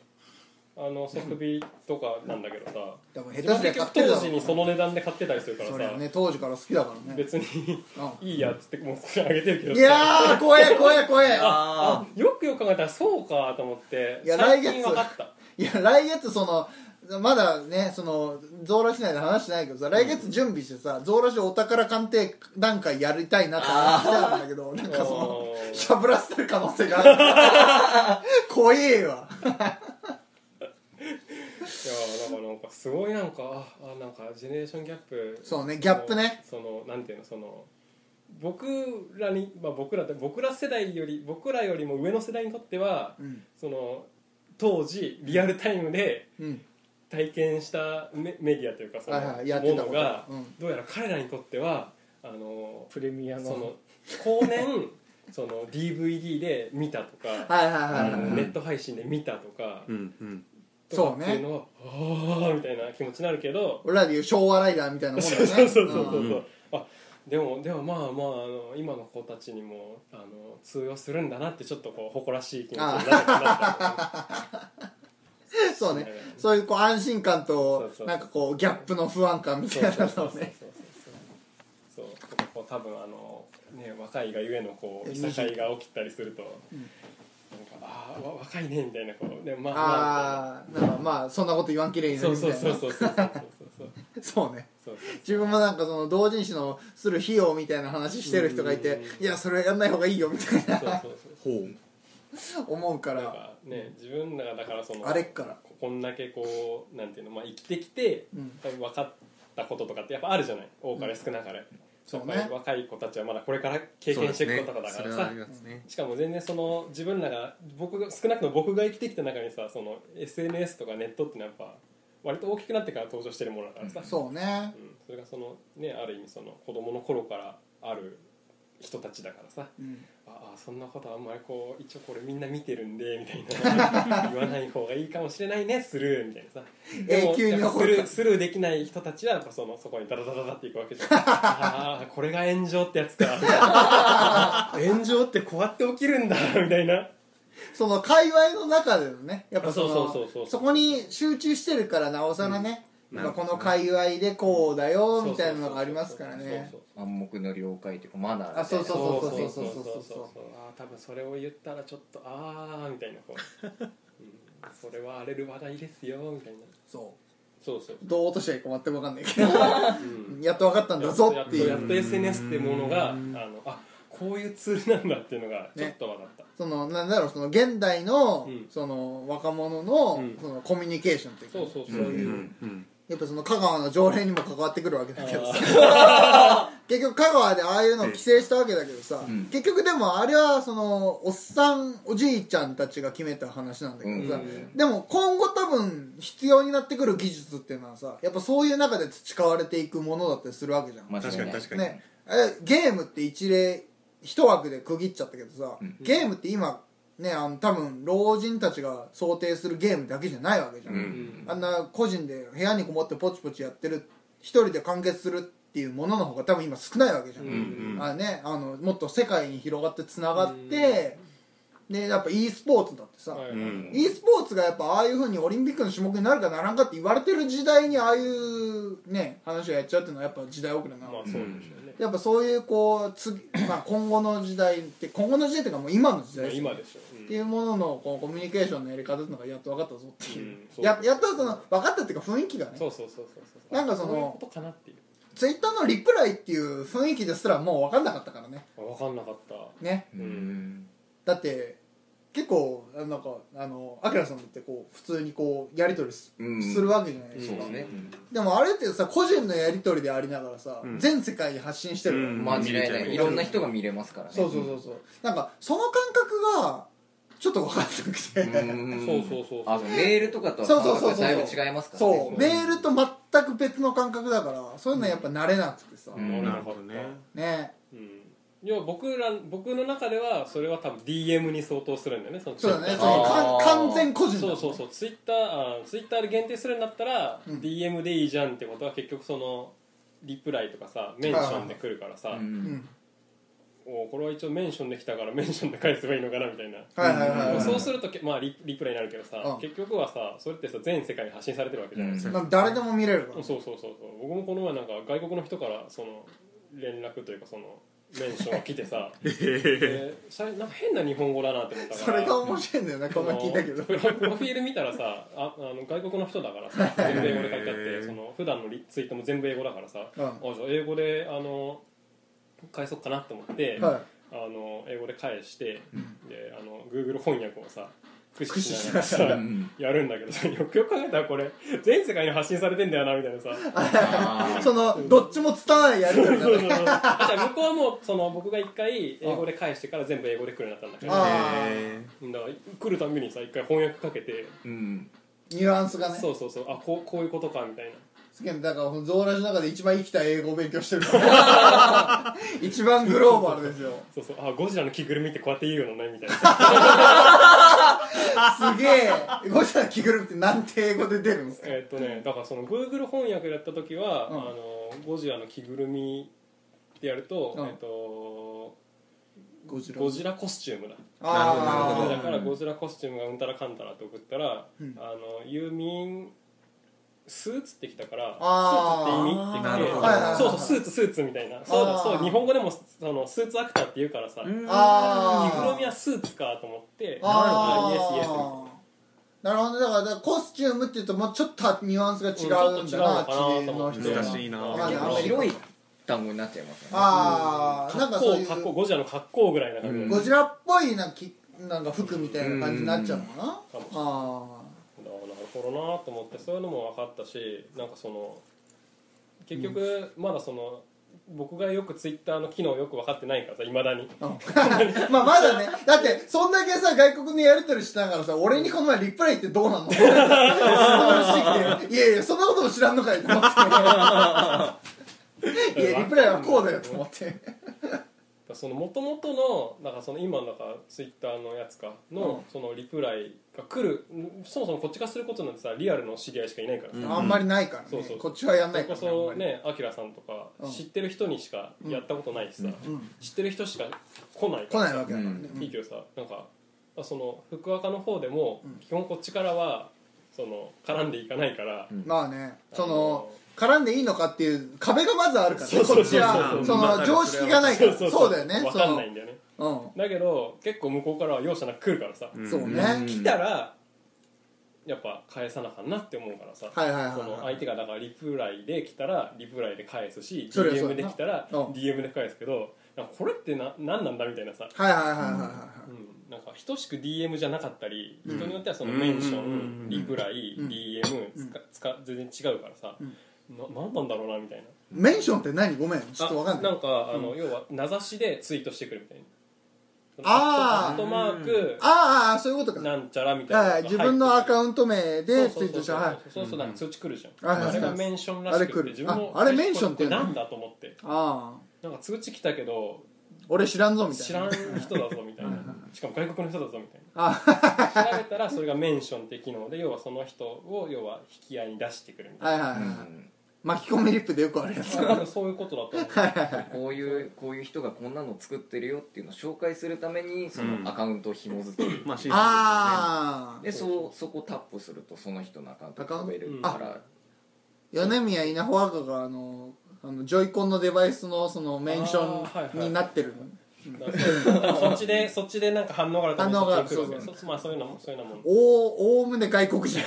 Speaker 2: あのソフビとかなんだけどさ
Speaker 1: でも下手
Speaker 2: 自分
Speaker 1: すりゃ買
Speaker 2: 結
Speaker 1: っ
Speaker 2: 局
Speaker 1: てるだ
Speaker 2: 当
Speaker 1: ろ
Speaker 2: 時にその値段で買ってたりするから
Speaker 1: そ
Speaker 2: さ、
Speaker 1: れはね当時から好きだからね
Speaker 2: 別に
Speaker 1: う
Speaker 2: いいやっつってもう少し上げてるけど
Speaker 1: ん
Speaker 2: さ
Speaker 1: いやー怖え怖え怖え
Speaker 2: あよくよく考えたらそうかと思って
Speaker 1: いや
Speaker 2: 最
Speaker 1: 来
Speaker 2: 近
Speaker 1: 月
Speaker 2: 分か った
Speaker 1: いや来月そのまだねそのゾーラ市内で話してないけどさ来月準備してさ、ゾーラ市お宝鑑定段階やりたいなって話してたんだけどなんかその
Speaker 2: おー
Speaker 1: しゃぶらせてる可能性がある 怖えわ
Speaker 2: いやーだからなんかすごいなんかああなんかジェネレーションギャップ
Speaker 1: そうねギャップね
Speaker 2: そのなんていうのその僕らに、まあ、僕らって僕ら世代より僕らよりも上の世代にとっては
Speaker 1: うん
Speaker 2: その当時リアルタイムで
Speaker 1: うん
Speaker 2: 体験したメメディアというかその
Speaker 1: はいはいやってた
Speaker 2: ものが、
Speaker 1: ことうん
Speaker 2: どうやら彼らにとってはあの
Speaker 5: プレミア
Speaker 2: そ
Speaker 5: の
Speaker 2: の後年 その DVD で見たとか、
Speaker 1: はいはいはいはい、
Speaker 2: ネット配信で見たとか、
Speaker 3: えうんうん
Speaker 2: とか
Speaker 1: そうね
Speaker 2: っていうのはああみたいな気持ちになるけど
Speaker 1: 俺らでいう昭和ライダーみたいなもんだよね
Speaker 2: そうそうそうそう
Speaker 1: うん
Speaker 2: そうあでもでもまあまああの今の子たちにもあの通用するんだなってちょっとこう誇らしい気持ちになるか
Speaker 1: そう
Speaker 2: な
Speaker 1: ねそういうこう安心感
Speaker 2: そ
Speaker 1: と
Speaker 2: うそう
Speaker 1: なんかこうギャップの不安感みた
Speaker 2: そ
Speaker 1: いう
Speaker 2: そ
Speaker 1: な
Speaker 2: うそ
Speaker 1: の
Speaker 2: う
Speaker 1: を
Speaker 2: そう
Speaker 1: ね
Speaker 2: そうこう多分あのね若いがゆえのこういさかいが起きたりすると、なんかああ若いねみたいなこうでもまあまあ
Speaker 1: ああなんかまあそんなこと言わんきれい
Speaker 2: み
Speaker 1: に
Speaker 2: た
Speaker 1: ないる
Speaker 2: な
Speaker 1: み
Speaker 2: そ
Speaker 1: たいうな
Speaker 2: そうそうそうそうそうそう
Speaker 1: そうね
Speaker 2: そう
Speaker 1: 自分もなんかその同人誌のする費用みたいな話してる人がいていやそれはやんない方がいいよみたいな
Speaker 2: そうそうそう
Speaker 3: ほう
Speaker 1: 思うか
Speaker 2: なん
Speaker 1: ら
Speaker 2: かね自分らがだからその
Speaker 1: あれっから
Speaker 2: ここんだけこうなんていうの、まあ、生きてきて、
Speaker 1: うん
Speaker 2: 多分分かったこととかってやっぱあるじゃない多かれ少なかれ、
Speaker 1: そうね
Speaker 2: やっぱり若い子たちはまだこれから経験していくこととかだから
Speaker 3: そうですねそれは
Speaker 2: さ、
Speaker 3: ありますね
Speaker 2: しかも全然その自分らが僕が少なくとも僕が生きてきた中にさその SNS とかネットってのはやっぱ割と大きくなってから登場してるものだからさ、うん
Speaker 1: そうね
Speaker 2: それがそのねある意味その子供の頃からある人たちだからさ
Speaker 1: うん
Speaker 2: ああそんなことあんまりこう一応これみんな見てるんでみたいな言わない方がいいかもしれないねスルーみたい なさでも
Speaker 1: 永久に
Speaker 2: やっぱ
Speaker 1: 残
Speaker 2: ス
Speaker 1: る
Speaker 2: ルースルーできない人たちはやっぱそのそこにダダダダダっていくわけ じゃんああこれが炎上ってやつか 炎上ってこうやって起きるんだみたいな
Speaker 1: その界隈の中でのねやっぱそ
Speaker 2: そうそうそうそうそ
Speaker 1: の
Speaker 2: う
Speaker 1: そこに集中してるからなおさらね
Speaker 3: うん
Speaker 1: なんかこの界隈でこうだよみたいなのがありますからね
Speaker 2: そう
Speaker 7: 暗黙の了解というかマナーみたいな
Speaker 1: あそうそう
Speaker 2: そ
Speaker 1: そ
Speaker 2: うそうう
Speaker 1: そ
Speaker 2: そ
Speaker 1: そ
Speaker 2: ううそうう
Speaker 1: そうそう
Speaker 2: そうそうああ多分それを言ったらちょっとああみたいなこう、うん、それは荒れる話題ですよみたいな
Speaker 1: そ
Speaker 2: そうそう
Speaker 1: うどう落としゃいいか全く分かんないけど
Speaker 2: うん
Speaker 1: やっと分かったんだぞ
Speaker 2: やっ
Speaker 1: って
Speaker 2: と
Speaker 1: い
Speaker 2: やっ
Speaker 1: う
Speaker 2: と SNS ってものがあのあこういうツールなんだっていうのがちょっと分かった、
Speaker 1: そのなんだろうその現代の
Speaker 2: うん
Speaker 1: その若者の
Speaker 2: うん
Speaker 1: そのコミュニケーションっていうか
Speaker 2: そうそうそう
Speaker 1: そういう
Speaker 3: うんうん
Speaker 1: やっぱその香川の条例にも関わってくるわけだけどさ 結局香川でああいうのを規制したわけだけどさ、
Speaker 7: うん
Speaker 1: 結局でもあれはそのおっさんおじいちゃんたちが決めた話なんだけどさ、
Speaker 2: うん
Speaker 1: でも今後多分必要になってくる技術っていうのはさやっぱそういう中で培われていくものだったりするわけじゃん、
Speaker 7: 間違いな
Speaker 3: 確
Speaker 7: い
Speaker 3: かに確かに
Speaker 1: ねえゲームって一例一枠で区切っちゃったけどさ、
Speaker 7: うん
Speaker 1: ゲームって今ねあの多分老人たちが想定するゲームだけじゃないわけじゃ
Speaker 3: うん
Speaker 2: うん
Speaker 1: あんな個人で部屋にこもってポチポチやってる一人で完結するっていうものの方が多分今少ないわけじゃん、
Speaker 2: うん
Speaker 3: うん
Speaker 1: あね、あのもっと世界に広がってつながって、でやっぱ e スポーツだってさ、
Speaker 2: はいはい
Speaker 1: e スポーツがやっぱああいうふうにオリンピックの種目になるかならんかって言われてる時代にああいうね話をやっちゃうっていうのはやっぱ時代遅れな
Speaker 2: まあ
Speaker 1: の、
Speaker 2: そうですよね、
Speaker 1: やっぱそういうこう次、まあ、今後の時代って今後の時代っていうかもう今の時
Speaker 2: まあ
Speaker 1: 代ですよ
Speaker 2: 今でしょ、
Speaker 1: っていうもののこうコミュニケーションのやり方っていうのがやっと分かったぞっていう,、
Speaker 2: うんそう
Speaker 1: ややっとその分かったっていうか雰囲気がね
Speaker 2: そうそうそうそうそう
Speaker 1: なんかその
Speaker 2: こういうことかなっていう
Speaker 1: ツイッターのリプライっていう雰囲気ですらもう分かんなかったからね
Speaker 2: 分かんなかった
Speaker 1: ね
Speaker 7: うん
Speaker 1: だって結構あのなんかあのアキラさんだってこう普通にこうやり取りす,、
Speaker 3: うん
Speaker 1: するわけじゃないです
Speaker 7: そう
Speaker 1: か、
Speaker 7: ですね、
Speaker 1: でもあれってさ個人のやり取りでありながらさ、
Speaker 3: うん
Speaker 1: 全世界に発信してるから、
Speaker 3: うん
Speaker 7: 間違いな
Speaker 3: うん
Speaker 7: いいろんな人が見れますからね
Speaker 1: そうそうそうそうなんかその感覚がちょっと分かんなくて、
Speaker 5: そうそうそう
Speaker 7: あそうメールとかとは
Speaker 1: そうそうそうそう
Speaker 7: だいぶ違いますからね
Speaker 1: そうメールと全く別の感覚だからそういうのやっぱ慣れなくてさ、
Speaker 3: うん
Speaker 2: な
Speaker 3: な
Speaker 2: る
Speaker 3: る
Speaker 2: ほ
Speaker 3: ほ
Speaker 2: どね
Speaker 3: どね
Speaker 1: ね
Speaker 2: うん要は僕ら僕の中ではそれは多分 DM に相当するんだよねその
Speaker 1: そうだねそ
Speaker 2: Twitter
Speaker 1: のか
Speaker 7: あー
Speaker 1: 完全個人だ
Speaker 2: そうそうそうツイッターあツイッターで限定するんだったら、
Speaker 1: うん
Speaker 2: DM でいいじゃんってことは結局そのリプライとかさメンションで来るからさ、
Speaker 7: うん
Speaker 1: うん、
Speaker 2: おこれは一応メンションで来たからメンションで返せばいいのかなみたいな、
Speaker 1: はいはいはい、
Speaker 2: も
Speaker 1: は
Speaker 2: う
Speaker 1: い、
Speaker 2: そうするとけ、まあ、リリプライになるけどさ、
Speaker 1: うん
Speaker 2: 結局はさそれってさ全世界に発信されてるわけじゃないですか、
Speaker 1: まあ誰でも見れるから、
Speaker 2: そうそうそうそう僕もこの前なんか外国の人からその連絡というかそのメンションが来て さ、でしゃなんか変な日本語だなって思った
Speaker 1: そ
Speaker 2: から
Speaker 1: れが面白いんだよなこんな聞いたけど
Speaker 2: プロプロフィール見たらさああの外国の人だからさ全部英語で書いてあっ
Speaker 3: へ
Speaker 2: て
Speaker 3: ー
Speaker 2: その普段のリツイートも全部英語だからさ、
Speaker 1: うん
Speaker 2: あじゃあ英語であの返そうかなと思って、
Speaker 1: はい
Speaker 2: あの英語で返して、であの Google 翻訳をさ駆使しなが
Speaker 1: 駆
Speaker 2: ら
Speaker 1: 使しな
Speaker 2: さやるんだけどさ よくよく考えたらこれ全世界に発信されてんだよなみたいな さ
Speaker 7: あー
Speaker 1: そのどっちも伝わないやり取りだ
Speaker 2: そう
Speaker 1: ね
Speaker 2: そうそうあじゃあ向こうはもうその僕が一回英語で返してから全部英語で来るようになったんだけど
Speaker 1: あ
Speaker 2: だから来るたびにさ一回翻訳かけて、
Speaker 3: うん
Speaker 1: ニュアンスがね
Speaker 2: そうそうそうあこうこういうことかみたいな
Speaker 1: すげえだからゾーラジの中で一番生きた英語を勉強 してるから一番グローバルですよ
Speaker 2: そうそうあゴジラの着ぐるみってこうやって言うのねみたい な
Speaker 1: すげえゴジラの着ぐるみってなんて英語で出るんですか
Speaker 2: えっとねだからその Google 翻訳やった時は、
Speaker 1: うん
Speaker 2: あのゴジラの着ぐるみってやると、
Speaker 1: うん
Speaker 2: えっと
Speaker 1: ゴジ
Speaker 2: ゴジラコスチュームだ
Speaker 1: あ
Speaker 2: だ
Speaker 1: ー
Speaker 2: からゴジラコスチュームがうんたらかんたらって送ったら、
Speaker 1: うん
Speaker 2: あのユーミンスーツってきたからスー
Speaker 1: あ
Speaker 2: ツ
Speaker 1: ー
Speaker 2: って意味って
Speaker 3: なるほ
Speaker 2: き
Speaker 3: ど
Speaker 2: て
Speaker 3: はいはいはい
Speaker 2: そうそうスーツスーツみたいなそうだ
Speaker 1: あー
Speaker 2: そう日本語でもそのスーツアクターって言うからさ着ぐる
Speaker 1: あー
Speaker 2: みはスーツかと思って
Speaker 1: あ
Speaker 2: イエスイエスみたいな
Speaker 1: あなるほどだからだからコスチュームっていうともうちょっとニュアンスが違うんだな、
Speaker 2: うんちょっと違うのかなと思って
Speaker 1: 地理の人は
Speaker 3: 難しいな
Speaker 1: まあねあんまり
Speaker 7: 広い単語になっちゃいますよね
Speaker 1: ああなんか
Speaker 2: 格
Speaker 1: そう
Speaker 2: 好
Speaker 1: いう
Speaker 2: 格好ゴジラの格好ぐらいな感じ、
Speaker 3: うん
Speaker 1: ゴジラっぽいなんかきなんか服みたいな感じになっちゃうのかな
Speaker 2: うんうん
Speaker 1: あ
Speaker 2: なるほどなと思ってそういうのも分かったしなんかその結局まだその、僕がよくツイッターの機能をよく分かってないからさいまだに
Speaker 1: あ まあまだねだってそんだけさ外国のやり取りしながらさ俺にこの前リプライってどうなの質問してきて「いやいやそんなことも知らんのかい」と 思って「いやリプライはこうだよ」と思って
Speaker 2: その元々のなんかその今のなんかツイッターのやつかの、そのリプライが来るそもそもこっちがすることなんてさリアルの知り合いしかいないからさ、
Speaker 3: うん
Speaker 1: あんまりないからね
Speaker 2: そうそう
Speaker 1: こっちはやん
Speaker 2: そ
Speaker 1: な
Speaker 2: れ
Speaker 1: いか
Speaker 2: こ
Speaker 1: らねあんま
Speaker 2: そ
Speaker 1: り
Speaker 2: ねアキラさんとか、
Speaker 1: うん
Speaker 2: 知ってる人にしかやったことないしさ、
Speaker 1: うん
Speaker 2: 知ってる人しか来ない
Speaker 1: 来
Speaker 2: から
Speaker 1: な
Speaker 2: さ
Speaker 1: いわけだからね、
Speaker 2: いいけどさなんかあその福岡の方でも基本こっちからはその絡んでいかないから、
Speaker 1: まあねその絡んでいいのかっていう壁がまずあるからね
Speaker 2: そう
Speaker 1: こ
Speaker 2: そうそう
Speaker 1: っちはそ
Speaker 3: まあ
Speaker 1: の常識がないからそうだよね
Speaker 2: 分
Speaker 1: そ
Speaker 2: かんな
Speaker 1: の
Speaker 2: いんだよね
Speaker 1: う
Speaker 2: だけど結構向こうからは容赦なく来るからさ、
Speaker 1: んそうね
Speaker 2: 来たらやっぱ返さなあかんなって思うからさ、
Speaker 1: はいはいはい
Speaker 2: その
Speaker 1: はい
Speaker 2: 相手がだからリプライで来たらリプライで返すし
Speaker 1: そりゃそう
Speaker 2: DM
Speaker 1: やな
Speaker 2: で来たら
Speaker 1: うん
Speaker 2: DM で返すけどなんかこれってな何なんだみたいなさ、
Speaker 1: はいはいはいはいは
Speaker 2: うん、なんか等しく DM じゃなかったり人によってはそのメンション、
Speaker 3: うん
Speaker 2: リプライ、DM つかつか全然違うからさ、
Speaker 1: ん
Speaker 2: な何なんだろうなみたいない
Speaker 1: メンションって何ごめんちょっとわかんない
Speaker 2: あなんかあの、要は名指しでツイートしてくるみたいな
Speaker 1: あー
Speaker 2: アットマーク
Speaker 1: ああそういうことか
Speaker 2: なんちゃらみたいなの
Speaker 1: は
Speaker 2: が入
Speaker 1: い
Speaker 2: って
Speaker 1: 自分のアカウント名でツイートしたはい
Speaker 2: そうそうそうそうそうなんか通知来るじゃん、
Speaker 1: はいはい
Speaker 2: あれがメンションらしく
Speaker 1: あれ来
Speaker 2: て
Speaker 1: る
Speaker 2: 自分も
Speaker 1: ああれメンションっていうの
Speaker 2: これなんだと思って
Speaker 1: ああ
Speaker 2: なんか通知来たけど
Speaker 1: 俺知らんぞみたいな
Speaker 2: 知 らん人だぞみたいなしかも外国の人だぞみたい
Speaker 1: あ
Speaker 2: な調べたらそれがメンションって機能 で要はその人を要は引き合いに出してくるみたい
Speaker 1: はいはいはいはい巻き込みリップでよくあるやつ
Speaker 2: な多分そういうことだと思うんだよね
Speaker 7: こういうこういう人がこんなの作ってるよっていうのを紹介するためにそのアカウントを紐付ける、
Speaker 3: まあシンプルですよね
Speaker 1: ああ
Speaker 7: でそうそこタップするとその人のアカウントが飛べるから
Speaker 1: 米宮稲穂赤があのあのジョイコンのデバイスのそのメンシ
Speaker 2: あーはい
Speaker 1: ョン
Speaker 2: はい
Speaker 1: になってる
Speaker 2: なんかそうそっちでそっちでなんか反応があると思って
Speaker 1: 反
Speaker 2: そ
Speaker 1: 応
Speaker 2: っち
Speaker 1: があ
Speaker 2: で
Speaker 1: る
Speaker 2: 来るわけそまあそういうのもそういうのも
Speaker 1: おおおおむね外国人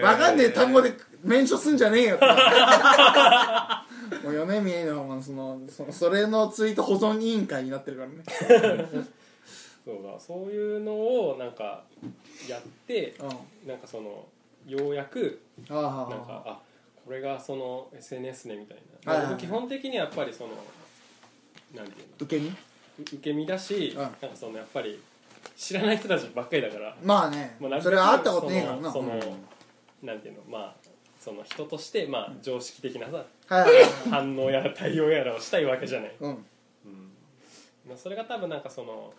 Speaker 1: わかんねえ単語でメンションすんじゃねえよもう米宮稲穂がそのそそれのツイート保存委員会になってるからね
Speaker 2: そうだそういうのをなんかやって
Speaker 1: うんあ
Speaker 2: なんかそのようやく
Speaker 1: あは
Speaker 2: なんか
Speaker 1: あ
Speaker 2: あこれがその SNS ねみたいな、
Speaker 1: はいはいはい
Speaker 2: 基本的にはやっぱりそのなんていうの
Speaker 1: 受け身
Speaker 2: う受け身だし、
Speaker 1: うん
Speaker 2: なんかそのやっぱり知らない人たちばっかりだから、
Speaker 1: まあね
Speaker 2: まあ、
Speaker 1: それはあったことねえからな
Speaker 2: その
Speaker 1: はい
Speaker 2: そのなんていうのまあその人としてまあ常識的なさ
Speaker 1: はいはい
Speaker 2: 反応やら対応やらをしたいわけじゃない、
Speaker 1: うん
Speaker 2: まあ、それが多分なんかその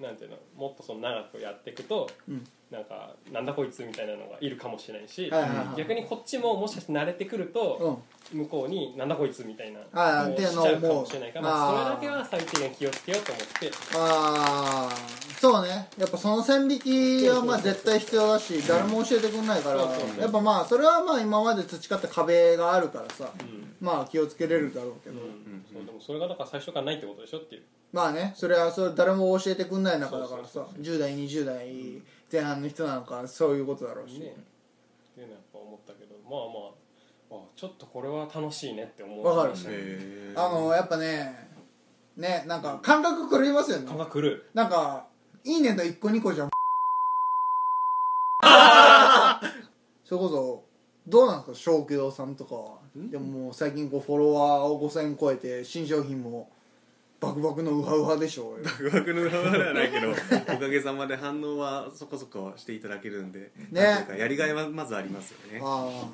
Speaker 2: なんていうのもっとその長くやっていくと、
Speaker 1: うん
Speaker 2: なんかなんだこいつみたいなのがいるかもしれないし、
Speaker 1: はいはいはい
Speaker 2: 逆にこっちももしかして慣れてくる
Speaker 1: う
Speaker 2: と、
Speaker 1: ん
Speaker 2: 向こうになんだこいつみたいな
Speaker 1: はい
Speaker 2: こう
Speaker 1: って
Speaker 2: し
Speaker 1: いう
Speaker 2: ち
Speaker 1: のを
Speaker 2: ゃうか
Speaker 1: もう
Speaker 2: もしれないから、まあ、それ
Speaker 1: あー
Speaker 2: だけは最低限気をつけようと思って
Speaker 1: ああそうねやっぱその線引きはまあ絶対必要だし誰も教えてくれないから
Speaker 2: そうそうそう
Speaker 1: やっぱまあそれはまあ今まで培った壁があるからさ
Speaker 2: うん
Speaker 1: まあ気をつけれるだろうけ
Speaker 2: う
Speaker 1: ど
Speaker 2: んそうでもそれがだから最初からないってことでしょっていう
Speaker 1: まあねそれはそれ誰も教えてくんない中だから
Speaker 2: そう
Speaker 1: さ
Speaker 2: そう
Speaker 1: 10代20代前半の人なんかそういうことだろうし
Speaker 2: ねっていうのはやっぱ思ったけどまあまああちょっとこれは楽しいねって思う
Speaker 1: わかる
Speaker 3: え
Speaker 1: あのやっぱねねなんか感覚狂いますよね
Speaker 2: 感覚狂う
Speaker 1: なんかいいねの1個2個じ ゃんそれこそどうなんですか小久堂さんとかはでももう最近こうフォロワーを5000超えて新商品もバクバクのウハウハでしょ うよ
Speaker 3: 不惑の側ではないけどおかげさまで反応はそこそこしていただけるんで
Speaker 1: ね
Speaker 3: なんていうかやりがいはまずありますよね
Speaker 1: ああ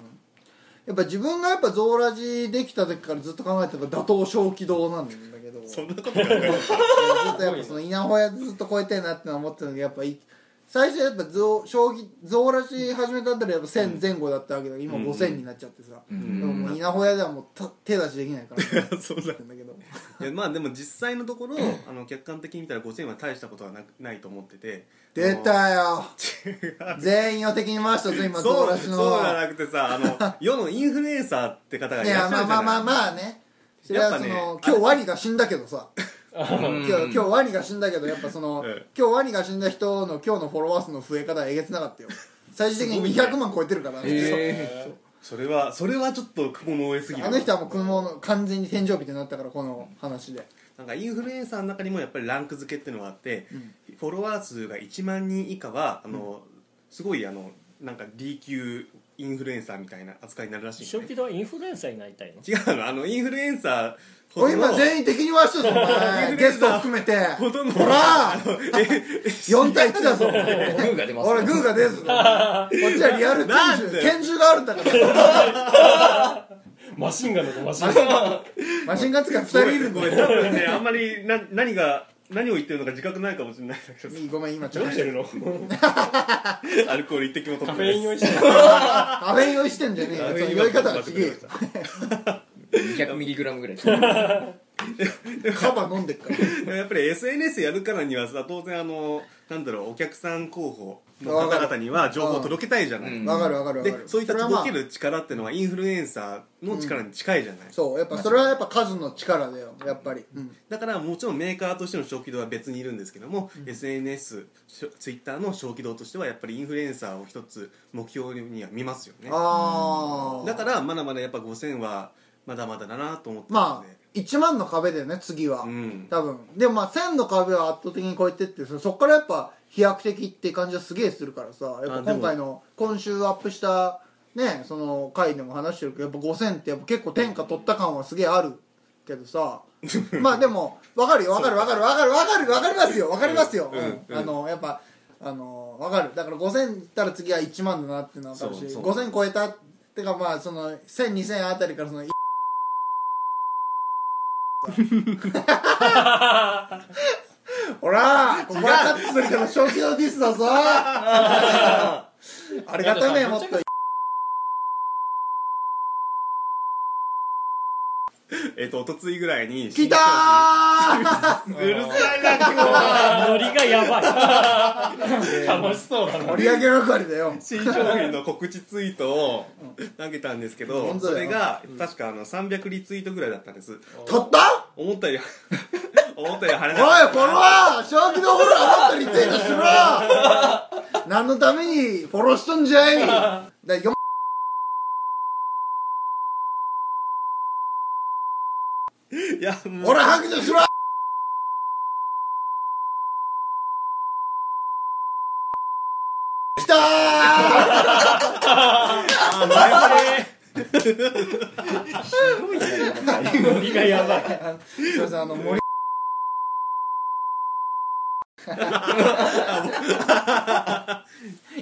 Speaker 1: やっぱ自分がやっぱゾーラジできた時からずっと考えてたのが打倒小軌道なんだけど
Speaker 3: そんなこと考えてた
Speaker 1: ずっとやっぱその稲穂屋ずっと超えたいなってのは思ってたんだけどやっぱい最初やっぱゾウ将棋ゾウらしい始めたあたりはやっぱ1000前後だったわけだけど今5000になっちゃってさ、でももう稲穂屋ではもうた手出しできないから ね
Speaker 3: そうだ
Speaker 1: なんだけど
Speaker 3: いやまあでも実際のところあの客観的に見たら5000は大したことはなくないと思ってて
Speaker 1: 出たよ全員を敵に回したぞ今ゾ
Speaker 3: そう
Speaker 1: ウらしの
Speaker 3: そうじゃなくてさ あの世のインフルエンサーって方がい
Speaker 1: い
Speaker 3: ら
Speaker 1: や
Speaker 3: っしゃ
Speaker 1: まあ
Speaker 3: るじ
Speaker 1: まあ
Speaker 3: ゃ
Speaker 1: ま
Speaker 3: な
Speaker 1: あ
Speaker 3: い
Speaker 1: まあねそれはその、
Speaker 3: やっぱね
Speaker 1: 今日ワニが死んだけどさ
Speaker 3: うん
Speaker 1: 今日今日ワニが死んだけどやっぱその、
Speaker 3: ええ
Speaker 1: 今日ワニが死んだ人の今日のフォロワー数の増え方はえげつなかったよ最終的に200万超えてるから、
Speaker 3: それはそれはちょっと雲の上すぎる
Speaker 1: あの人はもうこのまま完全に天井人になったからこの話で
Speaker 3: なんかインフルエンサーの中にもやっぱりランク付けっていうのがあって、フォロワー数が1万人以下はあの、すごいあのなんか D 級インフルエンサーみたいな扱いになるらしいんだ
Speaker 5: 小
Speaker 3: ね、
Speaker 5: 規度はインフルエンサーになりたいの
Speaker 3: 違うのあのインフルエンサーほ
Speaker 1: おい
Speaker 3: ど
Speaker 1: 今
Speaker 3: の
Speaker 1: 全員敵に回したぞお前ゲスト含めて
Speaker 3: ほとんど
Speaker 1: ほら4対1だぞ
Speaker 7: グーが出ます
Speaker 1: 俺グーが出るぞこっちはリアル
Speaker 3: な
Speaker 1: 拳
Speaker 3: ん
Speaker 1: 銃
Speaker 3: で
Speaker 1: 拳銃があるんだから
Speaker 2: マシンガンだとマシンガン
Speaker 1: マシンガン使い2
Speaker 3: ご
Speaker 1: 人
Speaker 3: め
Speaker 1: い
Speaker 3: ん
Speaker 1: る
Speaker 3: ごめん多分ねあんまりな何が何を言ってるのか自覚ないかもしれないんだけど
Speaker 1: いいごめん今ちょっ
Speaker 2: 飲
Speaker 1: と
Speaker 2: んでるの
Speaker 3: アルコール一滴も取
Speaker 2: カ
Speaker 3: っ
Speaker 2: フ
Speaker 3: てな
Speaker 2: ェイ
Speaker 3: い
Speaker 2: ン用
Speaker 3: で
Speaker 2: 意
Speaker 3: す
Speaker 2: してる
Speaker 1: アベン用意してんじゃねえよその酔い方がちげえよ
Speaker 7: 200ミリグラムぐらいあ
Speaker 1: カバ飲んでっから
Speaker 3: やっぱり SNS やるからにはさ当然あのなんだろうお客さん候補の方々には情報を届けたいじゃない、
Speaker 7: うん
Speaker 1: わかるわかるわか
Speaker 3: で
Speaker 1: る
Speaker 3: そういった
Speaker 1: れはまあ
Speaker 3: 届ける力ってのはインフルエンサーの力に近いじゃない、
Speaker 1: そうやっぱそれはやっぱ数の力だよやっぱりうん
Speaker 3: だからもちろんメーカーとしての小規模は別にいるんですけども、SNS しょ Twitter の小規模としてはやっぱりインフルエンサーを一つ目標には見ますよね
Speaker 1: ああ
Speaker 3: だからまだまだやっぱ5000はまだまだだなと思って
Speaker 1: ま
Speaker 3: んで、
Speaker 1: あ1万の壁だよね次は、
Speaker 3: うん
Speaker 1: 多分でもまあ1000の壁は圧倒的に超えてってそそっからやっぱ飛躍的って感じはすげえするからさやっぱ
Speaker 3: あでも
Speaker 1: 今回の今週アップしたねその回でも話してるけどやっぱ5000ってやっぱ結構天下取った感はすげえあるけど さまあでも分かるよ分かる分かる分かる分かる分かりますよ分かりますよ、うんあのやっぱあの分かるだから5000いったら次は1万だなっていうのは分かるし
Speaker 3: そうそう
Speaker 1: 5000超えたってかまあその10002000あたりからそのほ らここはカットするけど正気のディスだぞ ありがためもっと
Speaker 3: えっとおとついぐらいに
Speaker 1: 来たー
Speaker 3: うるさいな今
Speaker 5: ノリがやばい楽しそうだな
Speaker 1: 盛り上げ係だよ
Speaker 3: 日新商品の告知ツイートを投げたんですけど、
Speaker 1: 本当
Speaker 3: そ
Speaker 1: だ
Speaker 3: れ
Speaker 1: よ
Speaker 3: が確かあの300リツイートぐらいだったんです、
Speaker 1: 取った
Speaker 3: 思ったより思ったより晴
Speaker 1: おい
Speaker 3: れ
Speaker 1: フ
Speaker 3: なかった
Speaker 1: ォロワー正気のフォロワーもっとリツイートしろ何のためにフォローしとんじゃいだよ
Speaker 3: いやもう
Speaker 1: ほら白状しろあ
Speaker 5: 森がやばい
Speaker 1: ーすいませんあの 森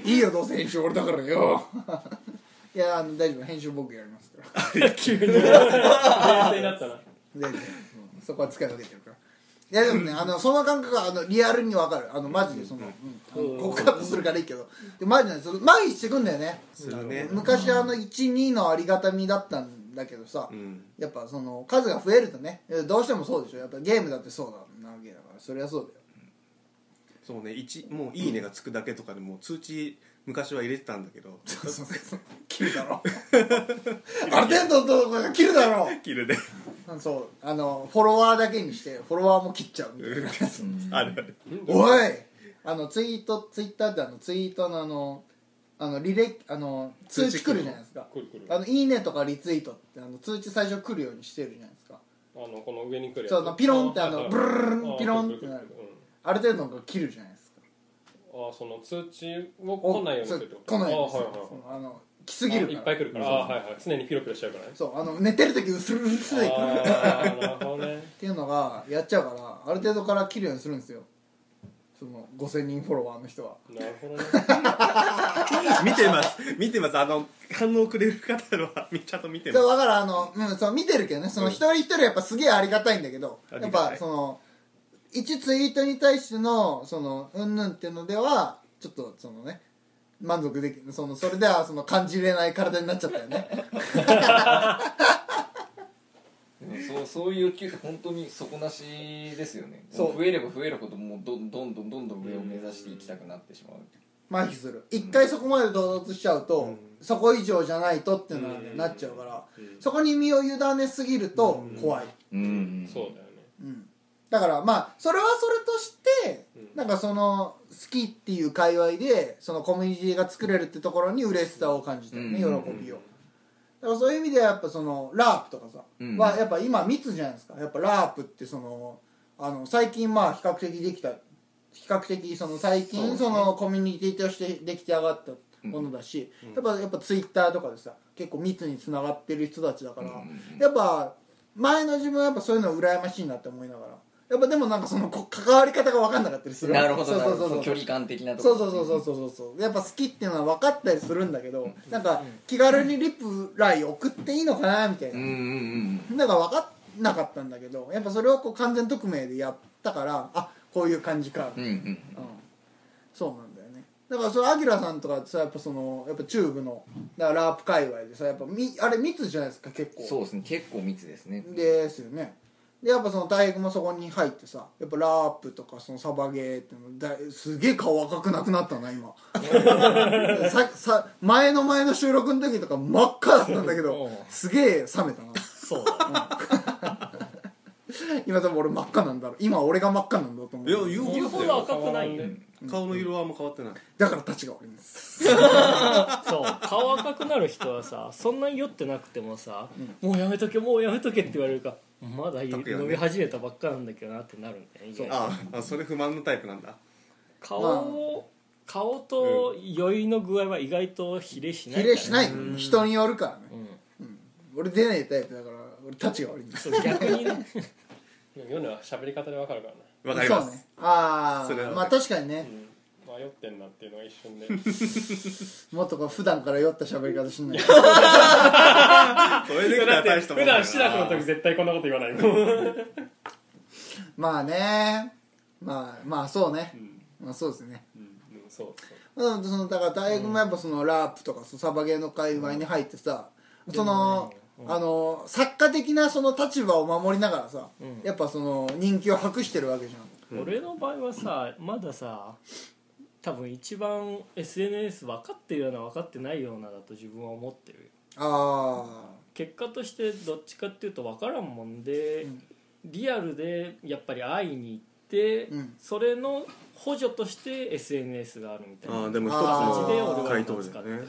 Speaker 1: いいよどうせ編集俺だからよいやあの大丈夫編集僕やります から
Speaker 5: 急に冷静だったな
Speaker 1: 大丈夫そこは使い分けてるからいやでもね、あのその感覚はあのリアルにわかるあのマジでその,、うんあの告白するからいいけどでマジなんですよ毎日してくんだよね
Speaker 3: するね
Speaker 1: 昔あの12のありがたみだったんだけどさ、
Speaker 3: うん
Speaker 1: やっぱその数が増えるとねどうしてもそうでしょやっぱゲームだってそうなわけだからそりゃそうだよ
Speaker 3: そうね一もう「いいね」がつくだけとかでもう通知昔は入れてたんだけど
Speaker 1: そうそうそう切るだろ ある程度のとこが切るだろ
Speaker 3: 切るで
Speaker 1: そうあのフォロワーだけにしてフォロワーも切っちゃうみたいな
Speaker 3: あるある
Speaker 1: おいあのツイートツイッターってあのツイートのあのあの履歴あの通知来るじゃないですか
Speaker 2: くるくる
Speaker 1: あのいいねとかリツイートってあの通知最初来るようにしてるじゃないですか
Speaker 2: あのこの上に来るやつ
Speaker 1: そうあのピロンってあの
Speaker 2: ー
Speaker 1: ブルルルン
Speaker 2: あー
Speaker 1: ピロンってなる
Speaker 2: うん
Speaker 1: ある程度のが切るじゃないですか
Speaker 2: あーその通知を来ないようにするってこと
Speaker 1: 来ないようにす
Speaker 2: あー
Speaker 1: る
Speaker 2: はいはいはい
Speaker 1: そのあの来すぎる
Speaker 2: あ
Speaker 1: か
Speaker 2: い
Speaker 1: ら
Speaker 2: っぱい来るからあーはいはい常にピロピロしちゃうからね
Speaker 1: そうあの寝てる時うするうすいっ
Speaker 2: あーなるほどね
Speaker 1: ていうのがやっちゃうからある程度から切るようにするんですよその5000人フォロワーの人は
Speaker 2: なるほどね
Speaker 3: 見てます見てますあの反応くれる方はちゃんと見て
Speaker 1: だ
Speaker 3: ま
Speaker 1: から
Speaker 3: す
Speaker 1: だからあの、うん、そう見てるけどねその一人一人やっぱすげえありがたいんだけど
Speaker 3: あり
Speaker 1: やっ
Speaker 3: がたい
Speaker 1: ぱその一ツイートに対してのそのうんぬんっていうのではちょっとそのね満足できそのそれではその感じれない体になっちゃったよね
Speaker 7: でもそうそういう給本当に底なしですよね
Speaker 1: そう
Speaker 7: 増えれば増えるほどもうどんどんどんどんどん上を目指していきたくなってしまう
Speaker 1: 麻痺する一回そこまで到達しちゃうと、そこ以上じゃないとっていうのはね、
Speaker 2: うん
Speaker 1: なっちゃうから、
Speaker 2: うん
Speaker 1: そこに身を委ねすぎると怖い、
Speaker 7: うん
Speaker 2: そうだよね
Speaker 1: うんだからまあそれはそれとして、
Speaker 2: うん
Speaker 1: なんかその好きっていう界隈でそのコミュニティが作れるってところに嬉しさを感じたよね、
Speaker 7: うん
Speaker 1: 喜びをだからそういう意味ではやっぱそのラープとかさ、
Speaker 7: うん
Speaker 1: はやっぱ今密じゃないですかやっぱラープってそのあの最近まあ比較的できた比較的その最
Speaker 7: そうで
Speaker 1: 近
Speaker 7: すね
Speaker 1: そのコミュニティとしてできて上がったものだし、やっぱやっぱツイッターとかでさ結構密につながってる人たちだから、
Speaker 7: うん
Speaker 1: やっぱ前の自分はやっぱそういうの羨ましいなって思いながらやっぱでもなんかそのこ関わり方が分かんなかったりする
Speaker 7: なるほど
Speaker 1: そう
Speaker 7: な
Speaker 1: そ
Speaker 7: る
Speaker 1: うそうそ
Speaker 7: ほど
Speaker 1: う
Speaker 7: 距離感的なとこ
Speaker 1: そうそうそうそうそうそうやっぱ好きっていうのは分かったりするんだけどなんか気軽にリプライ送っていいのかなみたい
Speaker 7: うん
Speaker 1: な
Speaker 7: うんうん
Speaker 1: なんか分かんなかったんだけどやっぱそれをこう完全匿名でやったからあこういう感じか、
Speaker 7: うんうんうん
Speaker 1: うんそうなんだよねだからそれアキラさんとかさやっぱそのやっぱチューブのだからラープ界隈でさやっぱみあれ密じゃないですか結構
Speaker 7: そうですね結構密ですね
Speaker 1: ですよねでやっぱその大学もそこに入ってさやっぱラープとかそのサバゲーってのだすげえ顔赤くなくなったな 今ささ前の前の収録の時とか真っ赤だったんだけどすげえ冷めたな
Speaker 3: そう
Speaker 1: 今多分俺真っ赤なんだろう今俺が真っ赤なんだと思
Speaker 3: いや
Speaker 1: う
Speaker 3: よ
Speaker 5: それ
Speaker 3: く
Speaker 5: ほ
Speaker 3: だ
Speaker 5: ど
Speaker 3: よ
Speaker 5: 赤くないね
Speaker 3: 顔の色はあんま変わってない
Speaker 1: だから立ちが悪いんです
Speaker 5: そう顔赤くなる人はさそんなに酔ってなくてもさ、もうやめとけもうやめとけって言われるかまだい
Speaker 3: 全くよね
Speaker 5: 飲み始めたばっかなんだけどなってなるんだよね意外と
Speaker 3: ああそれ不満のタイプなんだ
Speaker 5: 顔を顔と酔いの具合は意外と比例しな
Speaker 1: 比
Speaker 5: いからね
Speaker 1: 例しない人によるからね、俺出ないタイプだから俺立ちが悪いんです
Speaker 5: そう逆にね
Speaker 2: でも世のは喋り方でわかるからね
Speaker 3: わかりま
Speaker 1: そう
Speaker 3: す
Speaker 1: ねあ
Speaker 3: それは
Speaker 1: あ
Speaker 3: わ
Speaker 1: ま
Speaker 3: か
Speaker 1: あ
Speaker 3: る
Speaker 1: 確かに
Speaker 2: う
Speaker 1: ね、
Speaker 2: ん迷ってんなっていうのが一瞬 で
Speaker 1: もっとこう普段から酔った喋り方し ない
Speaker 3: それで
Speaker 2: だって
Speaker 3: 大したも
Speaker 2: 普
Speaker 3: んだよ
Speaker 2: 段
Speaker 3: な
Speaker 2: シラフの時絶対こんなこと言わないもん
Speaker 1: まあねまあまあそうね、まあそうですね
Speaker 2: うんそうそう
Speaker 1: うんそのだから大学もやっぱそのラープとかそうサバゲーの界隈に入ってさ、その、あの作家的なその立場を守りながらさ、やっぱその人気を博してるわけじゃん
Speaker 5: 俺の場合はさまださ多分一番 SNS 分かってるような分かってないようなだと自分は思ってるよ
Speaker 1: あ
Speaker 5: 結果としてどっちかっていうと分からんもんで、リアルでやっぱり会いに行って、
Speaker 1: うん
Speaker 5: それの補助として SNS があるみたい
Speaker 3: ああ
Speaker 5: な
Speaker 3: でも一つ
Speaker 1: あ
Speaker 3: の
Speaker 1: ー
Speaker 3: 回答だよね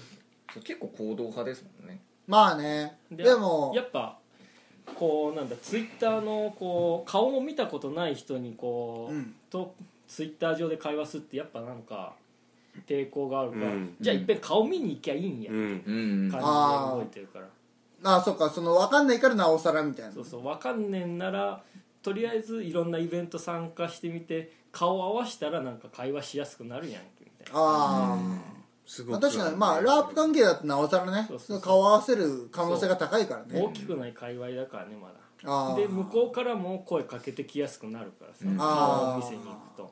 Speaker 7: そう結構行動派ですもんね
Speaker 1: あまあねでも
Speaker 5: やっぱこうなんだツイッターのこう顔も見たことない人にこう、
Speaker 1: うん
Speaker 5: とツイッター上で会話するってやっぱなんか抵抗があるから、
Speaker 3: うん
Speaker 5: じゃあいっぺん顔見に行きゃいいんや、
Speaker 3: うん
Speaker 7: うん
Speaker 5: 感じで動いてるから
Speaker 1: ああそっかその分かんないからなおさらみたいな
Speaker 5: そうそうわかんねんならとりあえずいろんなイベント参加してみて顔合わしたらなんか会話しやすくなるやんけみたいな
Speaker 1: ああ
Speaker 3: す
Speaker 1: ま
Speaker 3: ご
Speaker 1: あ
Speaker 3: く
Speaker 1: 確かにまあラープ関係だとなおさらね
Speaker 5: そうそうそう
Speaker 1: 顔合わせる可能性が高いからね
Speaker 5: 大きくない界隈だからねまだ
Speaker 1: ああ
Speaker 5: で向こうからも声かけてきやすくなるからさ
Speaker 7: うん
Speaker 5: 顔を見せに行くと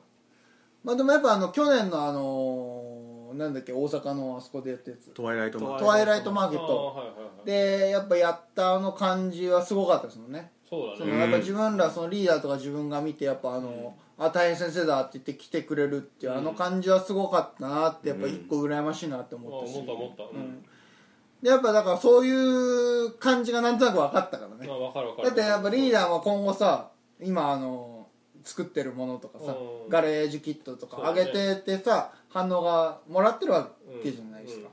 Speaker 1: まあでもやっぱあの去年のあのーなんだっけ大阪のあそこでやったやつ
Speaker 3: トワイライトマー
Speaker 1: トワイライトマーケッ
Speaker 2: あー
Speaker 1: ト
Speaker 2: はいはいはい
Speaker 1: でやっぱやったあの感じはすごかったですもんね
Speaker 2: そう
Speaker 1: そ
Speaker 2: だ
Speaker 1: の
Speaker 2: ね
Speaker 1: やっぱ自分らそのリーダーとか自分が見てやっぱあの、あ大変先生だって言って来てくれるっていうあの感じはすごかったなってやっぱ一個羨ましいなって
Speaker 2: あー
Speaker 1: 思ったし、
Speaker 2: 思った思ったうん
Speaker 1: でやっぱだからそういう感じがなんとなく分かったからね
Speaker 2: まあわかるわかる
Speaker 1: だってやっぱリーダーは今後さ今あの作ってるものとかさ
Speaker 2: うん
Speaker 1: ガレージキットとか
Speaker 2: そう
Speaker 1: 上げ
Speaker 2: ね
Speaker 1: てってさ反応がもらってるわけじゃないですか、うん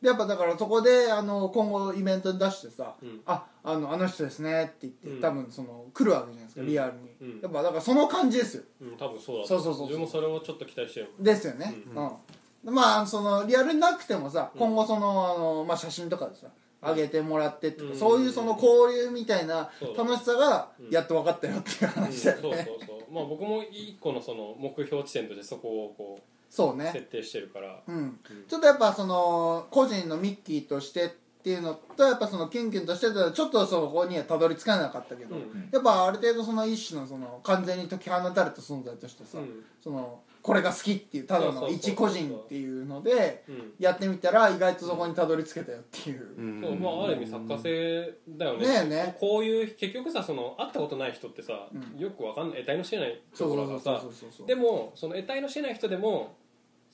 Speaker 1: でやっぱだからそこであの今後イベントに出してさ「
Speaker 2: うん
Speaker 1: ああのあの人ですね」って言って、
Speaker 2: うん
Speaker 1: 多分その来るわけじゃないですか、
Speaker 2: うん
Speaker 1: リアルに、
Speaker 2: うん
Speaker 1: やっぱだからその感じですよ
Speaker 2: うん多分そうだ
Speaker 1: そうそうそう
Speaker 2: 自分もそれをちょっと期待してる
Speaker 1: ですよね、うんまあそのリアルになくてもさ今後そのあの、まあ、写真とかでさ上げてもらってとか、
Speaker 2: うん
Speaker 1: そういうその交流みたいな
Speaker 2: そうだね
Speaker 1: 楽しさが
Speaker 2: うん
Speaker 1: やっと分かったよっていう
Speaker 2: うん
Speaker 1: 話
Speaker 2: そ
Speaker 1: だ
Speaker 2: う
Speaker 1: よね、
Speaker 2: そうそうまあ僕も一個のその目標地点としてそこをこ
Speaker 1: そう
Speaker 2: う設
Speaker 1: ね、
Speaker 2: 定してるから
Speaker 1: うん、ちょっとやっぱその個人のミッキーとしてっていうのとやっぱそのキュンキュンとしてたらちょっとそこにはたどり着かなかったけど、
Speaker 2: うん
Speaker 1: やっぱある程度その一種のその完全に解き放たれた存在としてさ、
Speaker 2: うん
Speaker 1: そのこれが好きっていうただ
Speaker 2: そうそう
Speaker 1: の
Speaker 2: そう
Speaker 1: 一個人っていうので
Speaker 2: うん
Speaker 1: やってみたら意外とそこにたどり着けたよっていう、
Speaker 3: うん
Speaker 2: そうまあある意味作家性だよね
Speaker 1: ねえね
Speaker 2: こういう結局さその会ったことない人ってさ、
Speaker 1: うん
Speaker 2: よくわかんない得体の知れないと
Speaker 1: そう
Speaker 2: こ
Speaker 1: そ
Speaker 2: ろ
Speaker 1: うそ
Speaker 2: が
Speaker 1: うそう
Speaker 2: さ
Speaker 1: そうそうそう
Speaker 2: でもその得体の知れない人でも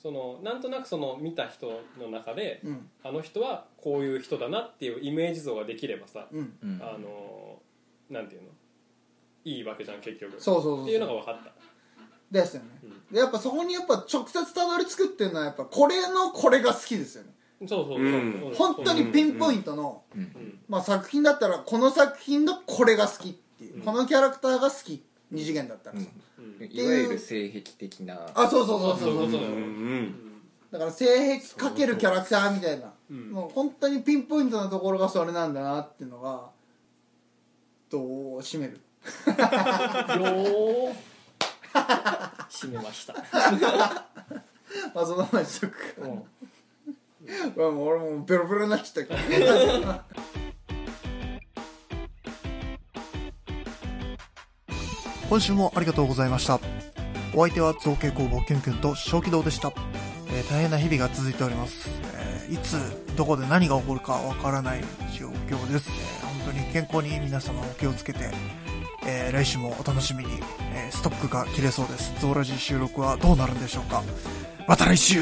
Speaker 2: そのなんとなくその見た人の中で、
Speaker 1: うん
Speaker 2: あの人はこういう人だなっていうイメージ像ができればさ、
Speaker 1: うん
Speaker 7: うん
Speaker 2: あのなんていうのいいわけじゃん結局
Speaker 1: そうそうそうそう
Speaker 2: っていうのが分かった
Speaker 1: ですよね、
Speaker 2: うん
Speaker 1: でやっぱそこにやっぱ直接たどり着くっていうのはやっぱこれのこれが好きですよね
Speaker 2: そうそうそう、
Speaker 3: うん
Speaker 2: そう
Speaker 1: 本当にピンポイントの、
Speaker 2: うん
Speaker 1: まあ、作品だったらこの作品のこれが好きっていう、
Speaker 2: うん
Speaker 1: このキャラクターが好き二次元だったらさ、
Speaker 2: うん
Speaker 7: いわゆる性癖的な
Speaker 1: あそうそうそうそうそう
Speaker 2: そうそう
Speaker 3: う
Speaker 2: そ
Speaker 3: んうん
Speaker 1: だから性癖かけるキャラクターみたいな
Speaker 2: うん
Speaker 1: もう本当にピンポイントなところがそれなんだなっていうのがどう締める
Speaker 5: よー締めました
Speaker 1: まあその話しとくか、
Speaker 5: うん
Speaker 1: うん、もう俺もうベロベロになっちゃったけど
Speaker 4: 今週もありがとうございました。お相手は造形工房キュンキュンと小気道でした。えー大変な日々が続いております。えーいつ、どこで何が起こるかわからない状況です。えー本当に健康に皆様お気をつけて、えー来週もお楽しみに、えーストックが切れそうです。ゾーラジ収録はどうなるんでしょうか。また来週